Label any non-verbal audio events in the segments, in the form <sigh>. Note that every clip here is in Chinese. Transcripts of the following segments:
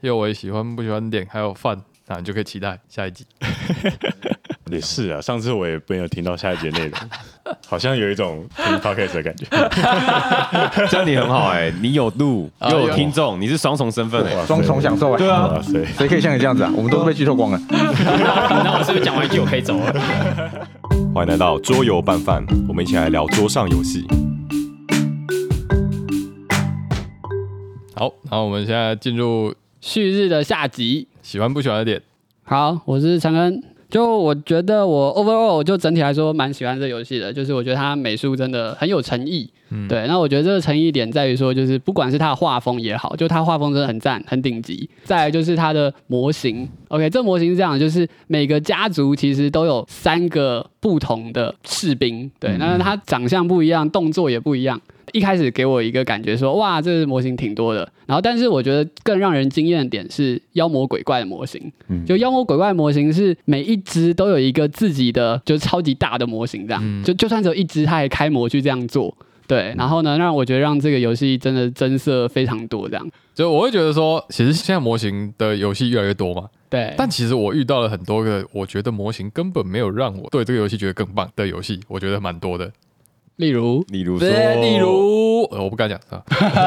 又为喜欢不喜欢点，还有饭，那你就可以期待下一集。也是啊，上次我也没有听到下一节内 <laughs> 容，好像有一种听 podcast 的感觉。这样你很好哎、你有路啊又有有听众，你是双重身份哎、哇塞双重享受哎、对啊哇塞，谁可以像你这样子啊？我们都是被剧透光了。那我是不是讲完一句我可以走了？欢迎来到桌游拌饭，我们一起来聊桌上游戏。好，那我们现在进入旭日的下集。喜欢不喜欢的点。好，我是常恩。就我觉得我 overall 就整体来说蛮喜欢这游戏的，就是我觉得它美术真的很有诚意。对，那我觉得这个诚意点在于说，就是不管是它的画风也好，就它画风真的很赞，很顶级。再来就是它的模型，OK，这模型是这样的，就是每个家族其实都有三个不同的士兵，对，那它长相不一样，动作也不一样。一开始给我一个感觉说，哇，这模型挺多的。然后，但是我觉得更让人惊艳的点是妖魔鬼怪的模型，就妖魔鬼怪模型是每一只都有一个自己的，就是超级大的模型这样，嗯就就算只有一只，它也开模去这样做。对，然后呢，让我觉得让这个游戏真的增色非常多，这样。就我会觉得说，其实现在模型的游戏越来越多嘛，对，但其实我遇到了很多个，我觉得模型根本没有让我对这个游戏觉得更棒的游戏，我觉得蛮多的。例如，例如说，对，例如，呃我不敢讲 <laughs> 啊，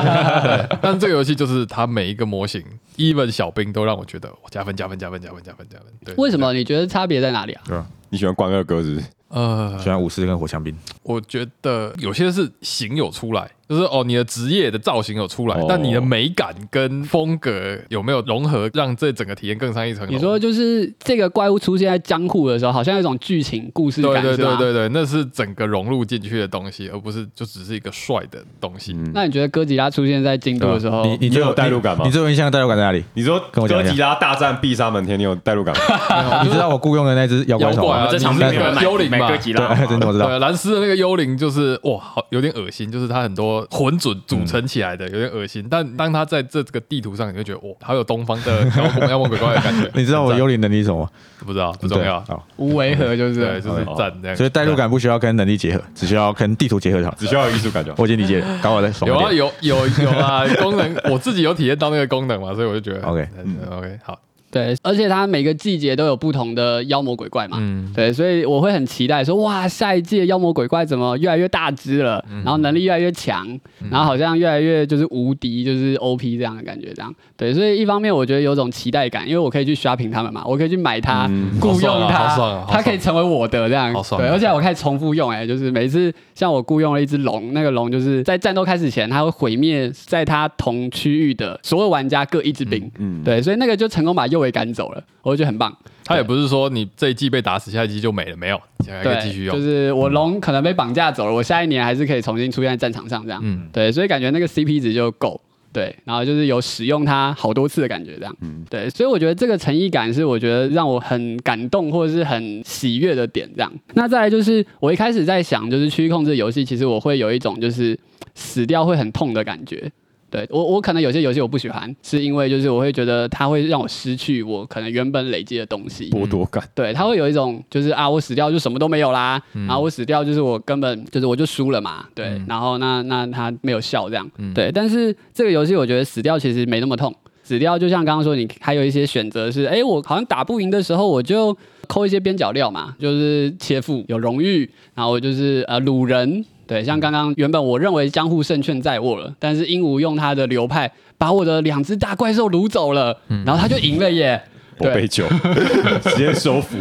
对但这个游戏就是它每一个模型，even 小兵都让我觉得哇加分加分加分加分加分加分。对，为什么你觉得差别在哪里哦啊？你喜欢关二哥是不是？呃，喜欢武士跟火枪兵，我觉得有些是型有出来，就是哦，你的职业的造型有出来，哦但你的美感跟风格有没有融合，让这整个体验更上一层楼？你说就是这个怪物出现在江户的时候，好像有一种剧情故事对感，对是对吧？对对，那是整个融入进去的东西，而不是就只是一个帅的东西。嗯那你觉得哥吉拉出现在京都的时候，你有代入感吗你最有印象的代入感在哪里？你说跟我讲一哥下吉拉大战必杀门天，你有代入感吗？你知道我雇佣的那只妖怪妖头怪吗啊？这场你面那没有个人买幽灵买嘛哥吉拉，对，真的我知道。对，啊蓝斯的那个幽灵就是哇，好有点恶心，就是它很多混沌组成起来的，有点恶心。但当它在这个地图上，你就觉得哇，好有东方的 <laughs> 妖魔妖魔鬼怪的感觉。你知道我很赞幽灵能力是什么吗？不知道不重要对，好无违和就是对，就是好赞这样。哦所以代入感不需要跟能力结合，只需要跟地图结合就好。只需要有艺术感就好。我已经理解了，搞我的爽有一啊，点。有有有啊， <laughs> 功能我自己有体验到那个功能嘛，所以我就觉得 OK，嗯 OK 好，对，而且它每个季节都有不同的妖魔鬼怪嘛，嗯对，所以我会很期待说，哇，下一季的妖魔鬼怪怎么越来越大只了，嗯然后能力越来越强，然后好像越来越就是无敌，就是 OP 这样的感觉，这样，对，所以一方面我觉得有种期待感，因为我可以去 shopping 他们嘛，我可以去买它，雇好爽佣啊它，好爽啊好爽它可以成为我的这样，好爽啊对，而且我可以重复用、哎，就是每次像我雇佣了一只龙，那个龙就是在战斗开始前，它会毁灭在它同区域的所有玩家各一只兵。嗯，对，所以那个就成功把右维赶走了，我就觉得很棒。它也不是说你这一季被打死，下一季就没了，没有，你还可以继续对，用嗯就。是我龙可能被绑架走了，我下一年还是可以重新出现在战场上这样。嗯对，所以感觉那个 CP 值就够。对，然后就是有使用它好多次的感觉这样。嗯对，所以我觉得这个诚意感是我觉得让我很感动或者是很喜悦的点这样。那再来就是我一开始在想，就是区域控制游戏，其实我会有一种就是死掉会很痛的感觉。对我，我可能有些游戏我不喜欢，是因为就是我会觉得它会让我失去我可能原本累积的东西。剥夺感。对，他会有一种就是啊，我死掉就什么都没有啦，嗯然后我死掉就是我根本就是我就输了嘛，对，然后那那他没有笑这样，嗯对，但是这个游戏我觉得死掉其实没那么痛，死掉就像刚刚说，你还有一些选择是，哎，我好像打不赢的时候我就抠一些边角料嘛，就是切腹有荣誉，然后我就是呃掳人。对，嗯像刚刚原本我认为江户胜券在握了，但是鹦鹉用他的流派把我的两只大怪兽掳走了，然后他就赢了耶。嗯我对 <laughs> 被酒，直接收服。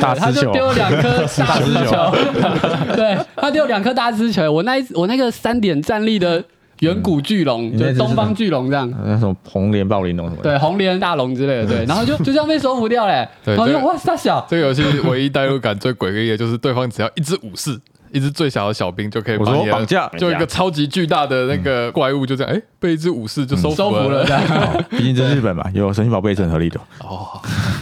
大啊他师就球，丢两颗大直球， <laughs> 对他丢两颗大直球。我那一我那个三点战力的远古巨龙，嗯就你那是只东是方巨龙这样，嗯那什么红莲暴鳞龙什么的。对红莲大龙之类的，对，然后就就这样被收服掉嘞。对然后就这个哇大小，这个游戏唯一代入感最诡异的就是对方只要一支武士， <laughs> 一支最小的小兵就可以把我你说的绑架嗯就一个超级巨大的那个怪物就这样，哎，被一只武士就收嗯收服了这样。哦毕竟这是日本嘛，有神奇宝贝是很合理的。哦，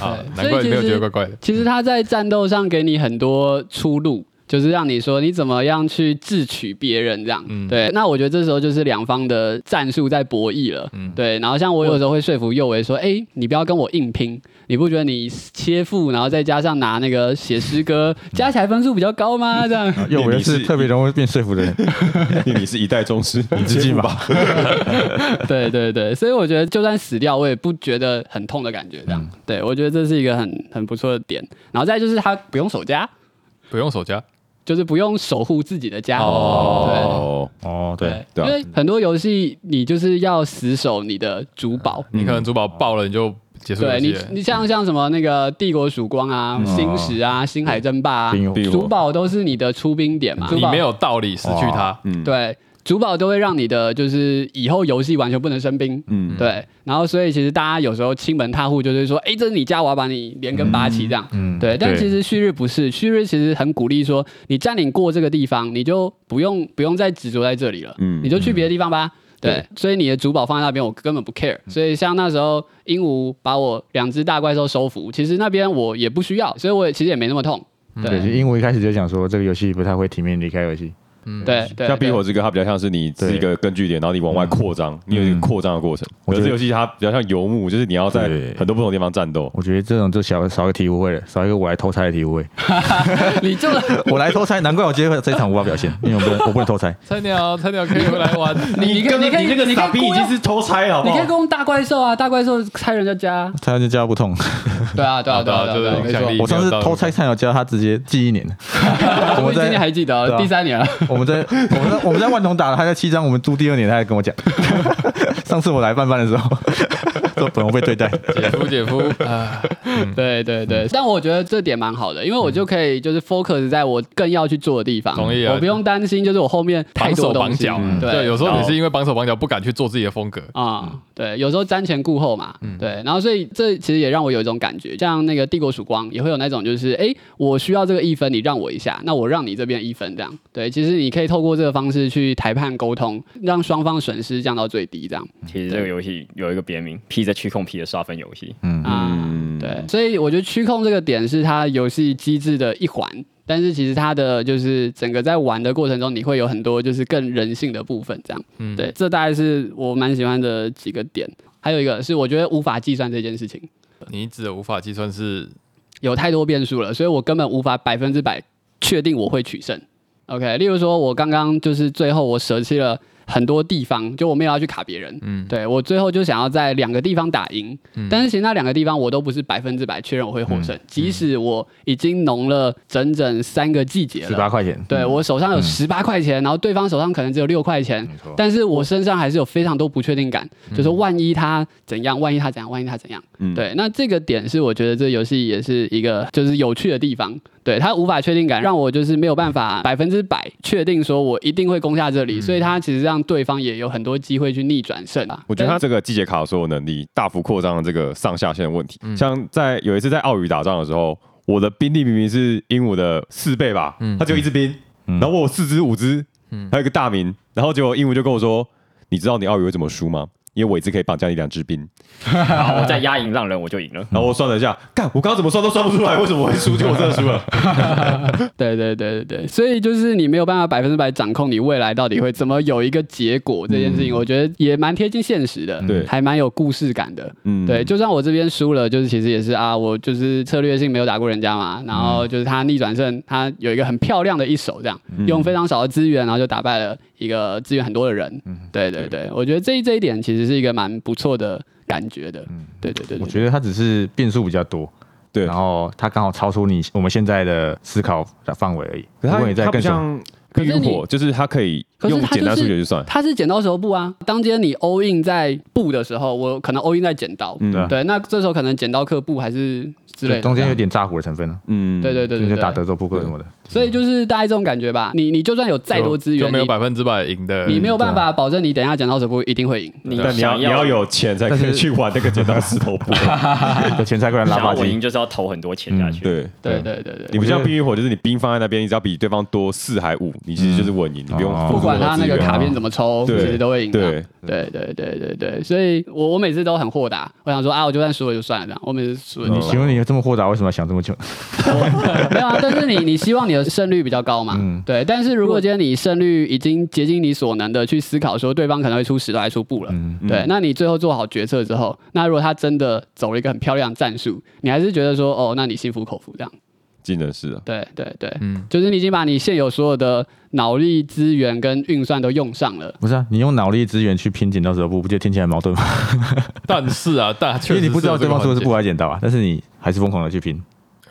啊，对难怪所你以其实没有觉得怪怪的。其实他在战斗上给你很多出路。就是让你说你怎么样去智取别人这样。嗯对，那我觉得这时候就是两方的战术在博弈了。嗯对，然后像我有时候会说服右维说，哎、你不要跟我硬拼，你不觉得你切腹，然后再加上拿那个写诗歌，嗯加起来分数比较 <laughs> 高吗？这样。因为我就是特别容易被说服的人，你是一代宗师，你自己吧。对对对，所以我觉得就算死掉，我也不觉得很痛的感觉。这样，嗯对我觉得这是一个很很不错的点。然后再就是他不用守家，不用手夹，就是不用守护自己的家。哦哦，哦，对，对因啊为很多游戏你就是要死守你的主保。嗯嗯你可能珠宝爆了你就结束游对戏你了，，你像像什么那个帝国曙光啊、嗯星矢哦啊、星海争霸啊冰，火主保都是你的出兵点嘛。你主保没有道理失去它。嗯，对，主保都会让你的就是以后游戏完全不能生兵。嗯，对，然后所以其实大家有时候亲门踏户就是说，哎，这是你家，我要把你连根拔起这样。嗯，对，但对其实旭日不是，旭日其实很鼓励说，你占领过这个地方，你就不用不用再执着在这里了，嗯你就去别的地方吧。对，对所以你的主保放在那边，我根本不 care。所以像那时候鹦鹉把我两只大怪兽收服，其实那边我也不需要，所以我也其实也没那么痛。嗯对，对因为我一开始就讲说这个游戏不太会体面离开游戏，对对，像《对冰火之歌》，它比较像是你是一个根据点，然后你往外扩张，你有一个扩张的过程。我可觉是得这游戏它比较像游牧，就是你要在对很多不同地方战斗。我觉得这种就少少一个体悟会了，少一个我来偷猜的体悟会。你就我来偷猜，难怪我今天这一场无法表现，因为我不能我不能偷猜。菜鸟，菜鸟可以回来玩。你你可以你可以你可以雇佣偷猜了，好你可以攻大怪兽啊，大怪兽拆人家家。菜鸟家不痛，对啊对啊对啊就对啊，是没影响错力。我上次偷猜菜鸟家，他直接记一年。我我们今天在还记得对哦啊第三年了，我们在我们在我们在万通打了，他在七张，我们租第二年，他还跟我讲， <laughs> 上次我来办班的时候，说本我被对待，姐夫， <laughs> 姐夫，啊对对对，但我觉得这点蛮好的，因为我就可以就是 focus 在我更要去做的地方，同意啊我不用担心就是我后面太绑手多绑东西脚，，啊对，有时候然你后是因为绑手绑脚不敢去做自己的风格，啊、对，有时候瞻前顾后嘛，嗯对，然后所以这其实也让我有一种感觉，像那个帝国曙光也会有那种就是，哎，我需要这个一分，你让我一下，那我让你这边一分，这样，对，其实你可以透过这个方式去谈判沟通，让双方损失降到最低，这样其实这个游戏有一个别名，P 在区控 P 的刷分游 <laughs> 戏。啊。嗯，对，所以我觉得区控这个点是它游戏机制的一环，但是其实它的就是整个在玩的过程中，你会有很多就是更人性的部分，这样。嗯对，这大概是我蛮喜欢的几个点。还有一个是我觉得无法计算这件事情，你指的无法计算是有太多变数了，所以我根本无法百分之百确定我会取胜。OK，例如说我刚刚就是最后我舍弃了很多地方，就我没有要去卡别人，嗯对我最后就想要在两个地方打赢，但是其实那两个地方我都不是百分之百确认我会获胜，即使我已经农了整整三个季节十八了。块钱，嗯对我手上有十八块钱，然后对方手上可能只有六块钱，错但是我身上还是有非常多不确定感，就是万一他怎样，万一他怎样，万一他怎样。嗯对，那这个点是我觉得这游戏也是一个就是有趣的地方，对它无法确定感，让我就是没有办法百分之百确定说我一定会攻下这嗯里，所以它其实让对方也有很多机会去逆转胜啊。我觉得他这个季节卡的所有能力大幅扩张了这个上下线的问题。嗯像在有一次在奥羽打仗的时候，我的兵力明明是鹦鹉的四倍吧，嗯他只有一只兵，嗯然后我有四只五只，还有一个大名，然后结果鹦鹉就跟我说：“你知道你奥羽会怎么输吗？”因为我一次可以绑架你两只兵，嗯好，我再压赢浪人，我就赢 <laughs> 了。然后我算了一下，干，我刚刚怎么算都算不出来，为什么我会输？结果我真的输 <laughs> 了。对对对对对，所以就是你没有办法百分之百掌控你未来到底会怎么有一个结果这件事情，我觉得也蛮贴近现实的，嗯对还蛮有故事感的。嗯对，就算我这边输了，就是其实也是啊，我就是策略性没有打过人家嘛，然后就是他逆转胜，他有一个很漂亮的一手，这样用非常少的资源，然后就打败了一个资源很多的人。对对对，我觉得这一这一点其实是一个蛮不错的感觉的。对对对我对，觉得他只是变数比较多。对然后他刚好超出你我们现在的思考范围而已。如果你在它不更想，像可是冰你与火，就是它可以可是用它简单就数是学去算。他是剪刀石头布啊，当今天你 all in 在布的时候，我可能 all in 在剪刀。嗯对啊对，那这时候可能剪刀克布还是之类的，对中间有。点炸胡的成分呢，嗯，对对对对就对，打德州扑克什么的。所以就是大概这种感觉吧。你你就算有再多资就源，没有你百分之百赢的，你没有办法保证你等一下剪刀手不一定会赢。你但你要想你要有钱才可以去玩那个剪刀石头布。有钱才过来拉想吧要我赢，唧。就是要投很多钱下去。对， <laughs> 啊对对对对，你不像冰与火，就是你兵放在那边，你只要比对方多四还五，你其实就是稳赢，你不用哦付不出管任他何那资个源。卡片怎么抽，其对实都会赢的。对对对对对对，所以我我每次都很豁达，我想说啊，我就算输了就哦 <laughs> 算了这样，我每次输了就你算请了。问你这么豁达，为什么要想这么久？没有啊，但是你你希望你的的胜率比较高嘛。嗯对，但是如果今天你胜率已经竭尽你所能的去思考说对方可能会出石头还出布了，嗯对，那你最后做好决策之后，那如果他真的走了一个很漂亮的战术，你还是觉得说哦，那你心服口服这样。技能是啊，对对对，嗯就是你已经把你现有所有的脑力资源跟运算都用上了。不是啊，你用脑力资源去拼剪刀石头布，不就听起来矛盾吗？但是啊，但因确为实你不知道对方是是有不这是个布环节来剪刀啊，但是你还是疯狂的去拼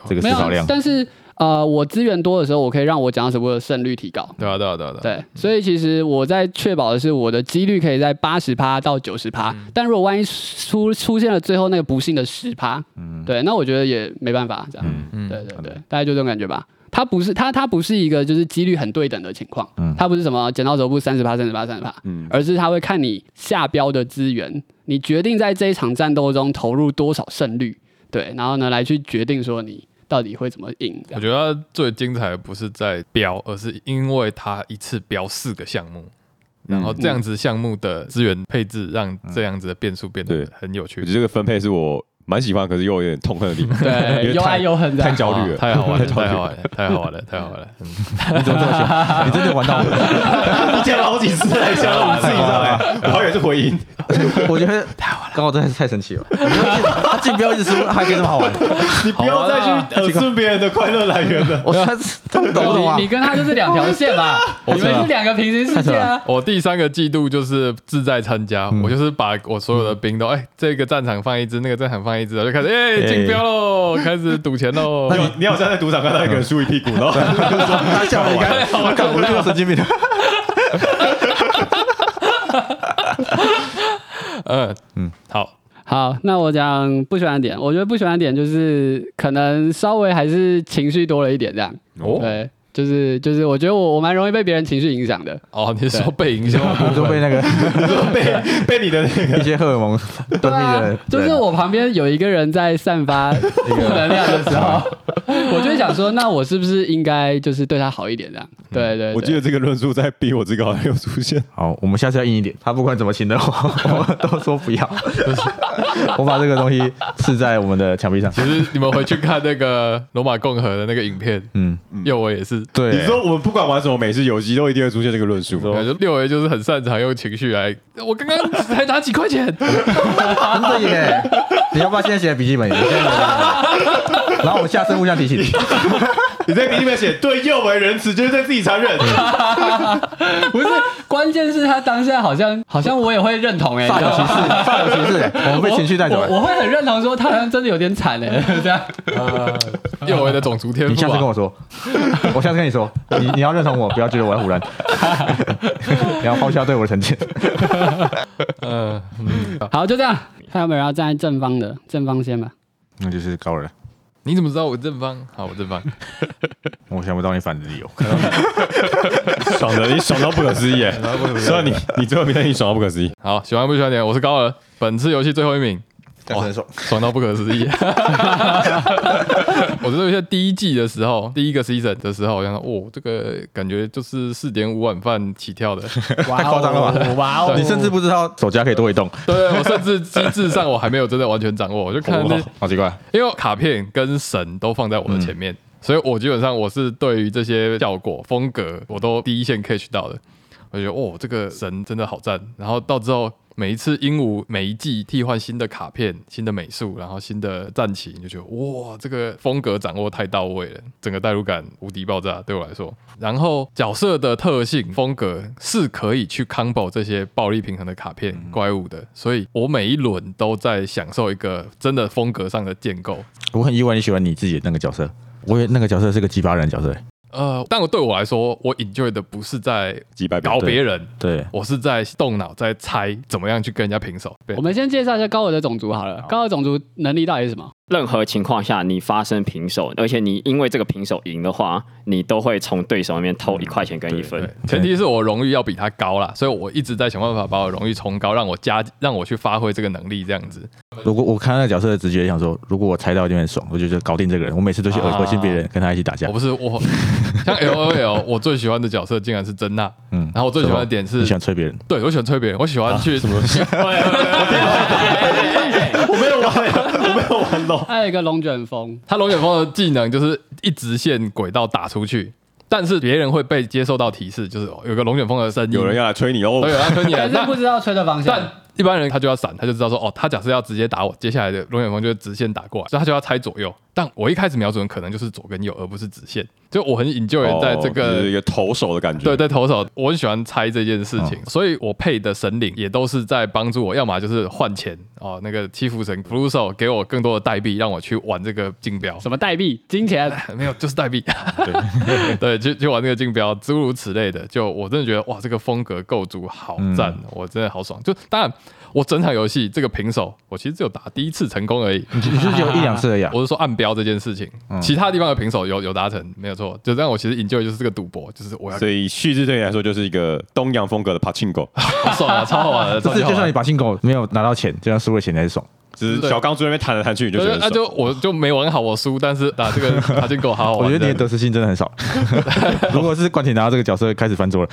这个思没有考量啊，。但是呃，我资源多的时候，我可以让我讲到什么的胜率提嗯高。对啊，对啊，对啊，对啊，对，所以其实我在确保的是我的几率可以在八十趴到九十趴，嗯但如果万一出出现了最后那个不幸的十趴，嗯对，那我觉得也没办法这样，嗯对对对，大概就这种感觉吧。它不是它它不是一个就是几率很对等的情况，嗯它不是什么剪刀手布三十趴三十趴三十趴，嗯而是它会看你下标的资源，你决定在这一场战斗中投入多少胜率，对，然后呢来去决定说你到底会怎么赢。我 <laughs> 这样觉得他最精彩的不是在标，而是因为他一次标四个项目，然后这样子项目的资源配置让这样子的变数变得对很有我趣觉得。这个分配是我蛮喜欢，可是又有点痛恨的地方，因对，为又太爱又恨这样，太焦虑了，啊太好玩了，焦虑太好玩了，太好玩了，太好玩了！嗯你怎么这么凶？你真的玩到我了？你讲了好几次，讲了五次以上 <laughs> 哎，我好以为是回音，我觉得太好了，刚好真的是太神奇了。他竞标一直输，还可以这么好玩，你不啊要再去耳顺别人的快乐来源 <laughs> 了。我他他懂不懂啊你？你跟他就是两条 <laughs> 线吧，你们是两个平行世界啊。我第三个季度就是志在参加，嗯我就是把我所有的兵都，哎，这个战场放一只，那个战场放一只，我就开始，哎，竞标喽，开始赌钱 <laughs> 喽。你你好像在赌场看到一个人输一屁股， <laughs> 然后他叫我玩，我干我就是神经病。嗯嗯，好，好，那我讲不喜欢的点，我觉得不喜欢的点就是可能稍微还是情绪多了一点这样。哦对，就是就是，我觉得我我蛮容易被别人情绪影响的。哦，你是哎说被 <laughs> 影响的部分，我就被那个被被你的那个一些荷尔蒙分对泌的啊，，就是我旁边有一个人在散 <laughs> 发负能量的时候，我就会想说，那我是不是应该就是对他好一点这样？嗯对对对，我记 <laughs> 得这个论述在逼我这个好像又出现，好，我们下次要硬一点。他不管怎么请的 <laughs> 我，我都说不要。我把这个东西刺在我们的墙壁上。其实你们回去看那个罗马共和的那个影片，嗯，右维也是，对。你说我们不管玩什么美式游戏，都一定会出现这个论述。感觉六维就是很擅长用情绪来，我刚刚才拿几块钱， <laughs> 真的耶！你要不要现在写笔记本？你现在写笔记本然后我们下次互相提醒。 <laughs> 你在笔记本写对右为仁慈，就是对自己残忍。不是，关键是他当下好像好像我也会认同哎、欸，你煞知有道其吗事，煞有其事耶，我们被情绪带走我 <laughs> 我了。我会很认同说他好像真的有点惨哎、欸，这样。 <laughs> 右维的种族天啊你下赋次跟我啊，说，我下次跟你说，你你要认同我，不要觉得我在胡乱， <laughs> 你要抛下对我的成见。嗯，好，就这样。还有没有人要站在正方的？正方先吧。那就是高人，你怎么知道我正方？好，我正方，我想不到你反的理由。 <laughs> 爽的，你爽到不可思议耶！虽然你你最后没但你爽到不可思议，好，喜欢不喜欢点？我是高尔，本次游戏最后一名，哇很爽，爽到不可思议。 <laughs> 我这在第一季的时候，第一个 season 的时候，我想说，哦，这个感觉就是四点五碗饭起跳的，太夸张了吧？哇哦你甚至不知道手家可以多移动，对啊我甚至机制上我还没有真的完全掌握，我就看那好奇怪。因为卡片跟神都放在我的前面，所以我基本上我是对于这些效果风格我都第一线 catch 到的。我就觉得哦，这个神真的好赞。然后到之后每一次鹦鹉每一季替换新的卡片、新的美术，然后新的战旗，你就觉得哇，这个风格掌握太到位了，整个代入感无敌爆炸，对我来说。然后角色的特性风格是可以去 combo 这些暴力平衡的卡片、怪物的，所以我每一轮都在享受一个真的风格上的建构。我很意外你喜欢你自己的那个角色，我以为那个角色是个鸡巴人角色。呃，但我对我来说，我 enjoy 的不是在几百搞表别人，对，我是在动脑，在猜怎么样去跟人家平手。对我们先介绍一下高尔的种族好了。高尔种族能力到底是什么？任何情况下你发生平手，而且你因为这个平手赢的话，你都会从对手那边偷一块钱跟一分。对，前提是我荣誉要比他高啦，所以我一直在想办法把我荣誉冲高，让我加让我去发挥这个能力，这样子。如果我看那个角色的直觉，想说，如果我猜到，就很爽，我就觉得搞定这个人。我每次都去啊恶心别人，跟他一起打架我。不是我，像 L O L，我 <laughs> 最喜欢的角色竟然是珍娜。嗯然后我最喜欢的点你是喜，欢吹别人，对我喜欢推别人，我喜欢去什 <laughs> 么？ <laughs> 我没有玩，我没有玩到。还有一个龙卷风，他龙卷风的技能就是一直线轨道打出去，但是别人会被接受到提示，就是哦有个龙卷风的声音，有人要来吹你哦，哦嗯有人要推你来， <laughs> 但是不那知道吹的方向。但一般人他就要闪，他就知道说哦，他假设要直接打我，接下来的龙卷风就会直线打过来，所以他就要猜左右。但我一开始瞄准可能就是左跟右，而不是直线。就我很引咎人在这哦就是个一个投手的感觉，对，在投手，我很喜欢猜这件事情，嗯所以我配的神领也都是在帮助我，要么就是换钱哦，那个七福神 Blue Soul 给我更多的代币，让我去玩这个竞标。什么代币、金钱，没有，就是代币， <laughs> 对，去去玩那个竞标，诸如此类的。就我真的觉得，哇，这个风格构筑好赞，哦我真的好爽。就当然，我整场游戏这个平手，我其实只有打第一次成功而已。嗯你是只有一两次而已啊。我是说暗标这件事情，其他地方的平手有有达成，没有错。就让我其实 enjoy 就是这个赌博，就是我要所以旭日对你来说就是一个东洋风格的 pachinko，好爽啊，超好玩的。这次超级好就算玩你把新狗没有拿到钱，就算输了钱还是爽。只是小钢珠在那边弹来弹去，你就觉对，得那很就爽我就没玩好，我输，但是打这个打进狗好好玩。我觉得你的得失心真的很少。如果是冠廷拿到这个角色，开始翻桌了。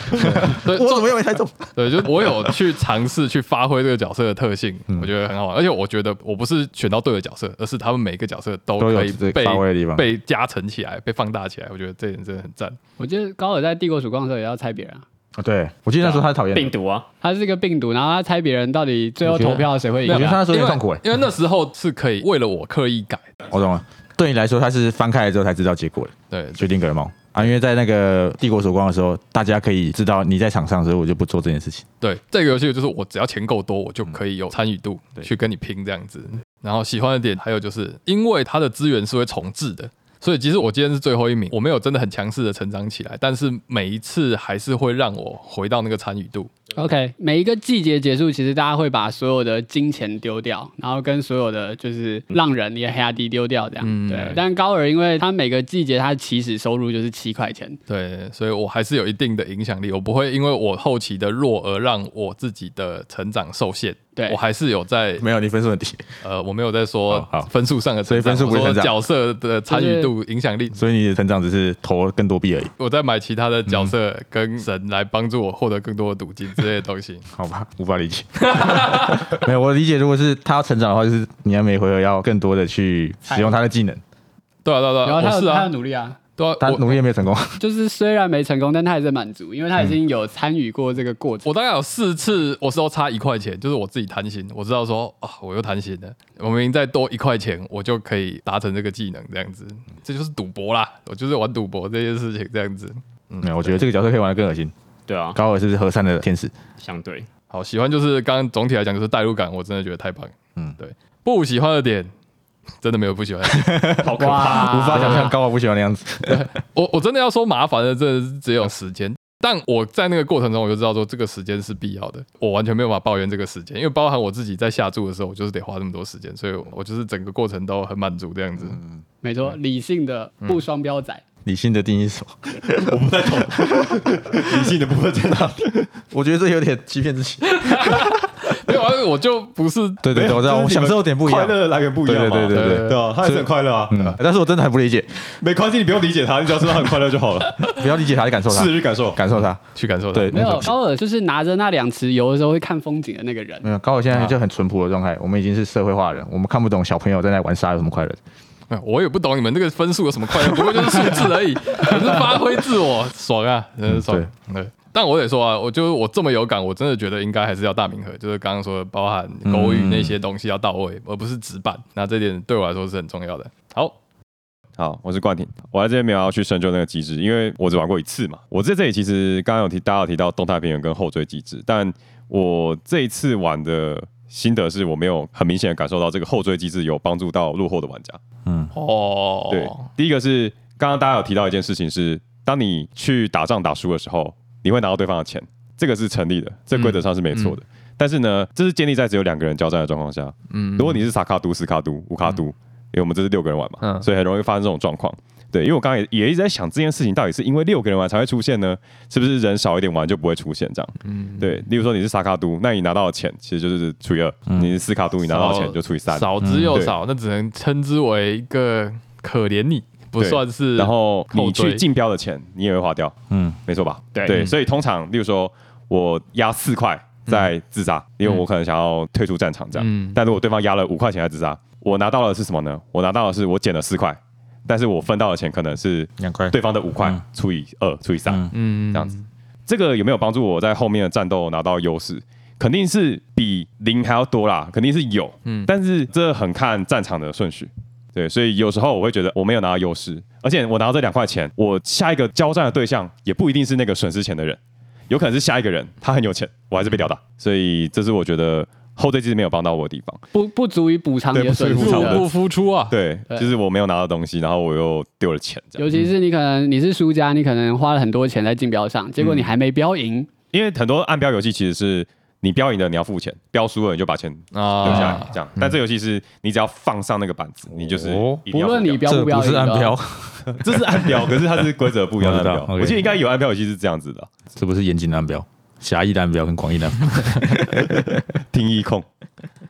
对我怎么又没猜中？对，就我有去尝试去发挥这个角色的特性，嗯我觉得很好玩。而且我觉得我不是选到对的角色，而是他们每个角色都都有可以自己被发挥的地方被加成起来，被放大起来。我觉得这点真的很赞。我记得高尔在帝国曙光的时候也要猜别人、啊，啊对，我记得那时候他讨厌病毒啊，他是一个病毒，然后他猜别人到底最后投票谁会赢、我觉得他啊。那时候有点因为痛苦哎。因为那时候是可以为了我刻意改的。我懂了，对你来说他是翻开了之后才知道结果的。对，决定格猫啊，因为在那个帝国曙光的时候，大家可以知道你在场上，所以我就不做这件事情。对，这个游戏就是我只要钱够多，我就可以有参与度嗯去跟你拼这样子。然后喜欢的点还有就是，因为它的资源是会重置的，所以即使我今天是最后一名，我没有真的很强势的成长起来，但是每一次还是会让我回到那个参与度。 OK，每一个季节结束，其实大家会把所有的金钱丢掉，然后跟所有的就是浪人也黑亚迪丢掉这样。嗯对，但高尔因为他每个季节他的起始收入就是七块钱，对，所以我还是有一定的影响力，我不会因为我后期的弱而让我自己的成长受限。对我还是有在没有你分数很低，呃，我没有在说好好分数上的成所以长，分数不是我成说长嗯角色的参与度、影响力。所以你的成长只是投更多币而已，我在买其他的嗯角色跟神来帮助我获得更多的赌金之类的东西。好吧？无法理解。 <laughs> 没有，我理解，如果是他要成长的话，就是你要每回合要更多的去使用他的技能，对啊，对啊，对然啊，后他我有、是他有啊，努力啊，对啊，他我努力也没有成功。就是虽然没成功，但他还是满足，因为他已经有参与过这个过程。我大概有四次，我是要差一块钱，就是我自己贪心，我知道说啊，我又贪心了，我明明再多一块钱，我就可以达成这个技能，这样子，这就是赌博啦，我就是玩赌博这件事情，这样子。没有，我觉得这个角色可以玩的更恶心。对啊，高尔是和善的天使，相对好，喜欢就是刚刚总体来讲就是代入感，我真的觉得太棒。嗯嗯，对，不喜欢的点真的没有不喜欢的点，好可怕。哇，无法想象高尔不喜欢那样子。我我真的要说麻烦的，真的是只有时间。但我在那个过程中，我就知道说这个时间是必要的，我完全没有办法抱怨这个时间，因为包含我自己在下注的时候，我就是得花这么多时间，所以我就是整个过程都很满足这样子。没错，理性的不双标仔。嗯理性的定义是什么？理性的部分在哪？我觉得这有点欺骗自己。没有，啊，我就不是对对对，我知道， <laughs> 我享受点不一样快。乐的来源不一对样对嘛，对对对。对对啊，他还是很快乐啊，嗯，但是我真的很不理解，没关系，你不用理解他，你只要知道他很快乐就好了，不要理解他，去感受他试，着去感受。感受他。 <laughs> 去感受它对，没有高尔就是拿着那两匙油的时候会看风景的那个人。嗯没有，高我现在就很淳朴的状态，我们已经是社会化人，我们看不懂小朋友在那玩沙有什么快乐。哎我也不懂你们这个分数有什么快乐，不过就是数字而已，可是发挥自我，爽啊，真的爽。对，但我得说啊，我就是我这么有感，我真的觉得应该还是要大名和，就是刚刚说的，包含口语那些东西要到位，而不是纸板。那这点对我来说是很重要的。好，好，我是冠廷，我在这边没有要去深究那个机制，因为我只玩过一次嘛。我在这里其实刚刚有提，大家有提到动态平衡跟后追机制，但我这一次玩的心得是我没有很明显的感受到这个后追机制有帮助到落后的玩家。哦，对，第一个是刚刚大家有提到一件事情是，当你去打仗打输的时候，你会拿到对方的钱，这个是成立的，这规则上是没错的。嗯但是呢，这是建立在只有两个人交战的状况下。嗯，如果你是萨卡都、斯卡都、乌卡都，因为我们这是六个人玩嘛，嗯所以很容易发生这种状况。对，因为我刚刚也也一直在想这件事情，到底是因为六个人玩才会出现呢？是不是人少一点玩就不会出现这样？嗯，对。例如说你是萨卡都，那你拿到的钱其实就是除以二；你是斯卡都，你拿到的钱就除以三。嗯少之又嗯对少，那只能称之为一个可怜你，不对算是。然后你后去缀竞标的钱你也会花掉，嗯，没错吧？对对，所以通常，例如说我压四块在自杀，因为我可能想要退出战场这样，嗯但如果对方压了五块钱在自杀，我拿到的是什么呢？我拿到的是我减了四块，但是我分到的钱可能是两块对方的五块嗯除以二除以三，嗯嗯，这样子。这个有没有帮助我在后面的战斗拿到优势？肯定是比零还要多啦，肯定是有。嗯，但是这很看战场的顺序。对，所以有时候我会觉得我没有拿到优势，而且我拿到这两块钱，我下一个交战的对象也不一定是那个损失钱的人，有可能是下一个人他很有钱，我还是被吊打。所以这是我觉得后缀机制没有帮到我的地方。不不足以补偿你对的不足以损补失偿我的的入不敷出啊，对，对就是我没有拿到东西，然后我又丢了钱，这样。尤其是你可能你是输家，你可能花了很多钱在竞标上，结果你还没标赢，因为很多暗标游戏其实是你标赢的你要付钱，标输了你就把钱留下来啊，这样。但这游戏是你只要放上那个板子，你就是哦一定不要论付你掉标这标不赢是的暗标， <laughs> 这是暗标，可是它是规则不一样的暗我知道标。 ，OK 我记得应该有暗标游戏是这样子的，这不是严谨的暗标，狭义的暗标跟广义的暗 <laughs> 标。听一控。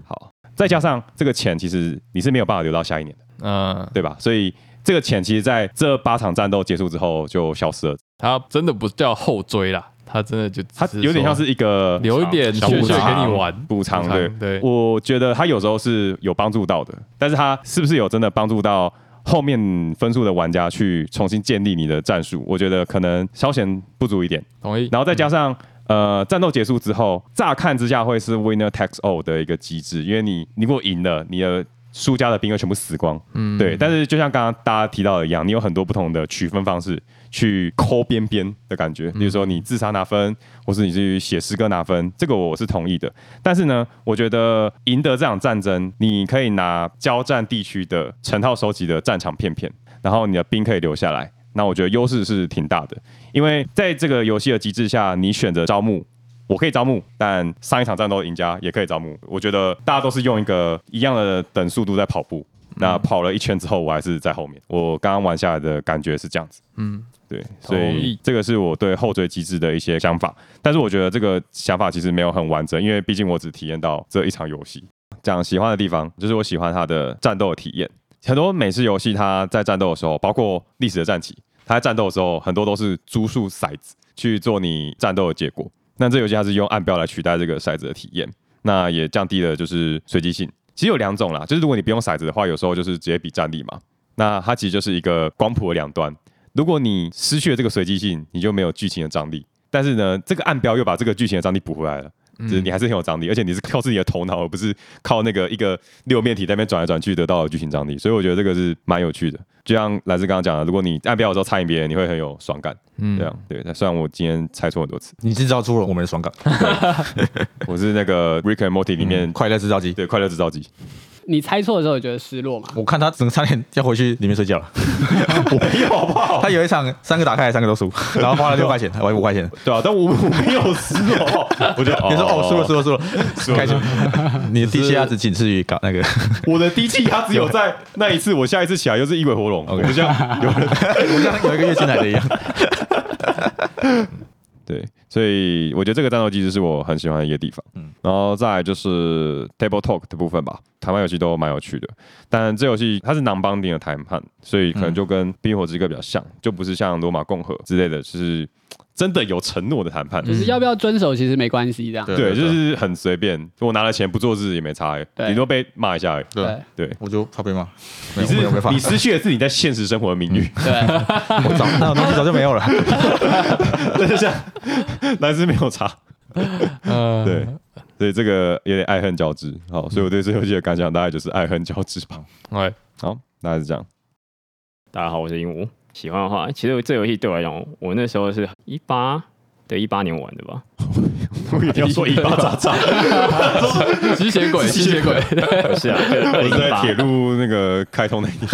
好，再加上这个钱，其实你是没有办法留到下一年的，嗯，对吧？所以这个钱其实在这八场战斗结束之后就消失了，他真的不叫后追啦，他真的就只它有点像是一个说留一点小血补血给偿你玩，补偿补对偿对我觉得他有时候是有帮助到的，但是他是不是有真的帮助到后面分数的玩家去重新建立你的战术？我觉得可能稍显不足一点。同意。然后再加上、呃，战斗结束之后，乍看之下会是 winner takes all 的一个机制，因为你你如果赢了，你的输家的兵会全部死光。嗯，对。但是就像刚刚大家提到的一样，你有很多不同的取分方式去抠边边的感觉，比如说你自杀拿分，或是你去写诗歌拿分，这个我是同意的。但是呢，我觉得赢得这场战争，你可以拿交战地区的成套收集的战场片片，然后你的兵可以留下来。那我觉得优势是挺大的，因为在这个游戏的机制下，你选择招募，我可以招募，但上一场战斗的赢家也可以招募。我觉得大家都是用一个一样的等速度在跑步，嗯那跑了一圈之后，我还是在后面。我刚刚玩下来的感觉是这样子，嗯嗯，对，所同意以这个是我对后缀机制的一些想法，但是我觉得这个想法其实没有很完整，因为毕竟我只体验到这一场游戏。讲喜欢的地方，就是我喜欢它的战斗的体验。很多美式游戏，它在战斗的时候，包括历史的战棋，它在战斗的时候，很多都是珠数骰子去做你战斗的结果。那这游戏它是用暗标来取代这个骰子的体验，那也降低了就是随机性。其实有两种啦，就是如果你不用骰子的话，有时候就是直接比战力嘛。那它其实就是一个光谱的两端。如果你失去了这个随机性，你就没有剧情的张力。但是呢，这个暗标又把这个剧情的张力补回来了，嗯就是你还是很有张力，而且你是靠自己的头脑，而不是靠那个一个六面体在那边转来转去得到的剧情张力。所以我觉得这个是蛮有趣的。就像来自刚刚讲的，如果你暗标的时候猜赢别人，你会很有爽感。嗯这样对。那虽然我今天猜错很多次，你制造出了我们的爽感，我是那个 Rick and Morty 里面、 <laughs> 快乐制造机。对快乐制造机，你猜错的时候也觉得失落嘛？我看他整个差点要回去里面睡觉了，我没有好不好？他有一场三个打开来三个都输，然后花了六块钱，还五块钱。对啊，但我我没有输哦，我就你说哦，输了输了输了，输了开心。你的 DCR 只仅次于搞那个，我的低气压只有在那一次，我下一次起来又是一尾活龙，我不像有 <laughs> 人我像有一个月经来的一样。对，所以我觉得这个战斗机制是我很喜欢的一个地方。嗯，然后再来就是 table talk 的部分吧，谈判游戏都蛮有趣的，但这游戏它是囊邦定的谈判，所以嗯可能就跟《冰与火之歌》比较像，就不是像罗马共和之类的，就是真的有承诺的谈判。就是要不要遵守其实没关系，这样对，就是很随便，我拿了钱不做事也没差、欸，对顶多被骂一下、欸。对对，对，我就怕被骂。你是没有没有办你法，失去的是你在现实生活的名誉，对，我早那种东西早就没有了。嗯 <laughs> 但是像但是没有差。嗯，对，所以这个有点爱恨交织。好，所以我对这游戏的感想大概就是爱恨交织吧。哎，好，大概是这样。大家好，我是鹦鹉。喜欢的话，其实这游戏对我来讲，我那时候是一八对一八年玩的 <laughs> 吧。我一定要说一巴掌掌，吸血 <laughs> 鬼，吸血鬼，不是啊，就是二我是零一在八铁路那个开通那一天。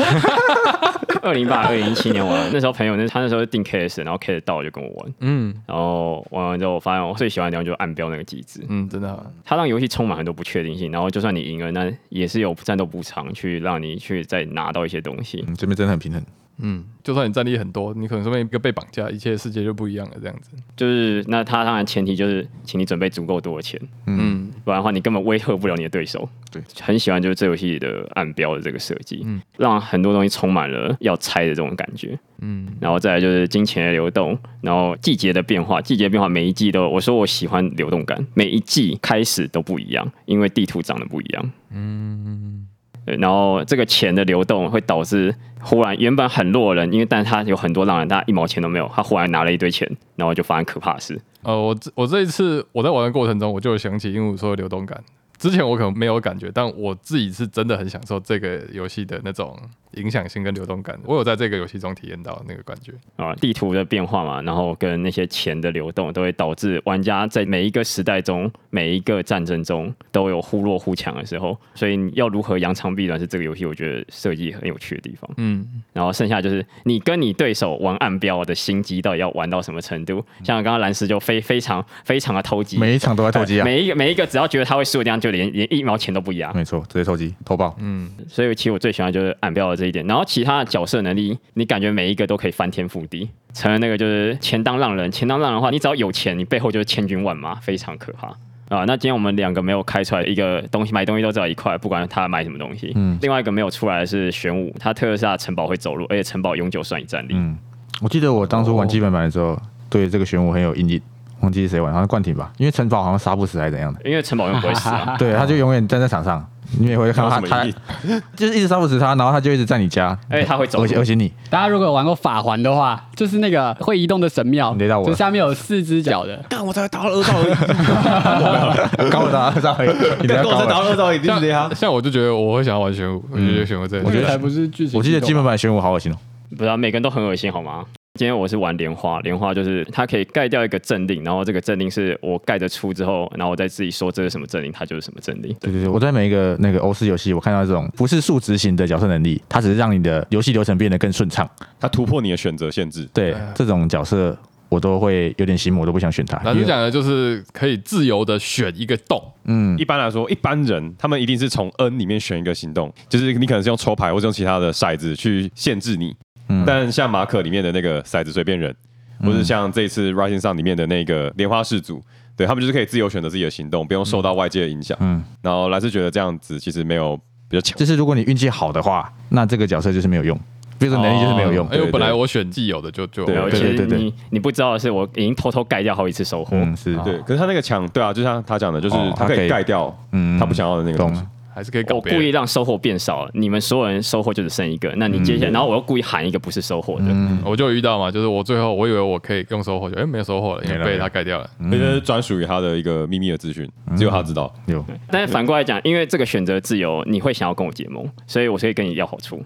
二零一八、二零一七年玩，那时候朋友那他那时候订 KS，然后 KS 到了就跟我玩， <laughs> 嗯然后玩完之后，我发现我最喜欢的地方就是暗标那个机制，嗯，真的好，它让游戏充满很多不确定性，然后就算你赢了，那也是有战斗补偿去让你去再拿到一些东西。嗯，这边真的很平衡。嗯，就算你战力很多，你可能说不定一个被绑架，一切世界就不一样了，这样子，就是那它当然前提就是，请你准备足够多的钱，嗯不然的话你根本威吓不了你的对手。对，很喜欢就是这游戏的暗标的这个设计，让很多东西充满了要猜的这种感觉。嗯，然后再来就是金钱的流动，然后季节的变化，季节变化每一季都，我说我喜欢流动感，每一季开始都不一样，因为地图长得不一样。嗯，对然后这个钱的流动会导致忽然原本很弱的人，因为但是他有很多让人他一毛钱都没有，他忽然拿了一堆钱，然后就发生可怕的事。呃，我这我这一次我在玩的过程中，我就有想起鹦鹉说的流动感。之前我可能没有感觉，但我自己是真的很享受这个游戏的那种影响性跟流动感。我有在这个游戏中体验到那个感觉。啊，地图的变化嘛，然后跟那些钱的流动，都会导致玩家在每一个时代中、每一个战争中都有忽弱忽强的时候。所以你要如何扬长避短是这个游戏我觉得设计很有趣的地方。嗯，然后剩下就是你跟你对手玩暗标的心机到底要玩到什么程度？像刚刚蓝石就非非常非常的投机，哎每一场都在投机啊，每一个每一个只要觉得他会输的地方，就连连一毛钱都不压。没错，直接投机投爆。嗯所以其实我最喜欢就是暗标的这一点，然后其他的角色能力，你感觉每一个都可以翻天覆地。成了那个就是钱当浪人，钱当浪人的话，你只要有钱，你背后就是千军万马，非常可怕。啊，那今天我们两个没有开出来一个东西，买东西都只要一块，不管他买什么东西。嗯，另外一个没有出来的是玄武，他特斯拉城堡会走路，而且城堡永久算你战力。嗯我记得我当初玩基本版的时候，对这个玄武很有阴影，忘记是谁玩，好像冠廷吧，因为城堡好像杀不死还是怎样的。。因为城堡永不会死 <laughs> 啊对，他就永远站在场上，你也会看到他，有什么他意义就是一直杀不死他，然后他就一直在你家，而哎且他会走路而且而且 <laughs> 你，大家如果有玩过法环的话，就是那个会移动的神庙，你雷到我了就下面有四只脚的，但我才打了二道而已，高达二少，你等下高达。二招一像像我就觉得我会想要玩玄武，我就觉得玄武嗯这，我觉得才不是剧情。我记得基本版玄武好恶心哦，不知道、每个人都很恶心，好吗？今天我是玩莲花，莲花就是它可以盖掉一个阵令，然后这个阵令是我盖得出之后，然后我再自己说这是什么阵令，它就是什么阵令。对对对，我在每一个那个欧式游戏，我看到这种不是数值型的角色能力，它只是让你的游戏流程变得更顺畅。它突破你的选择限制。对哎这种角色，我都会有点心魔，我都不想选它。男因主为讲的就是可以自由的选一个洞，嗯一般来说，一般人他们一定是从 N 里面选一个行动，就是你可能是用抽牌或者用其他的骰子去限制你。嗯嗯但像马可里面的那个骰子随便人，或者像这一次 Rising Sun 里面的那个莲花氏族，对他们就是可以自由选择自己的行动，不用受到外界的影响。嗯，然后莱斯觉得这样子其实没有比较强。就是如果你运气好的话，那这个角色就是没有用，这种能力就是没有用。因为哦对哎本来我选既有的就就对然后对其对实对你你不知道的是，我已经偷偷盖掉好几次收获。嗯，是，对，可是他那个强，对啊，就像他讲的，就是哦他他可可以以盖掉嗯他不想要的那个懂东了西。。还是可以搞我别故意人。让收获变少，你们所有人收获就只剩一个，那你嗯接下来，然后我又故意喊一个不是收获的，我就有遇到嘛，就是我最后我以为我可以用收获，就哎没有收获了，因为没了被没了嗯他盖掉了。那就是专属于他的一个秘密的资讯，只有他知道。有，但是反过来讲，因为这个选择自由，你会想要跟我结盟，所以我可以跟你要好处。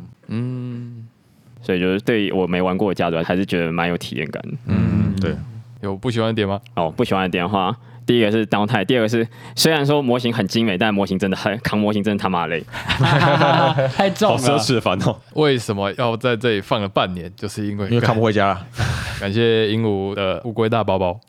所以就是对于我没玩过的家族，还是觉得蛮有体验感的。嗯，对，有不喜欢的点吗？哦，不喜欢的点的话，第一个是 downtime，第二个是虽然说模型很精美，但模型真的很扛模型真的他妈累。太重好奢了，侈的烦恼，为什么要在这里放了半年？就是因为因为看不回家了。感谢鹦鹉的乌龟大包包。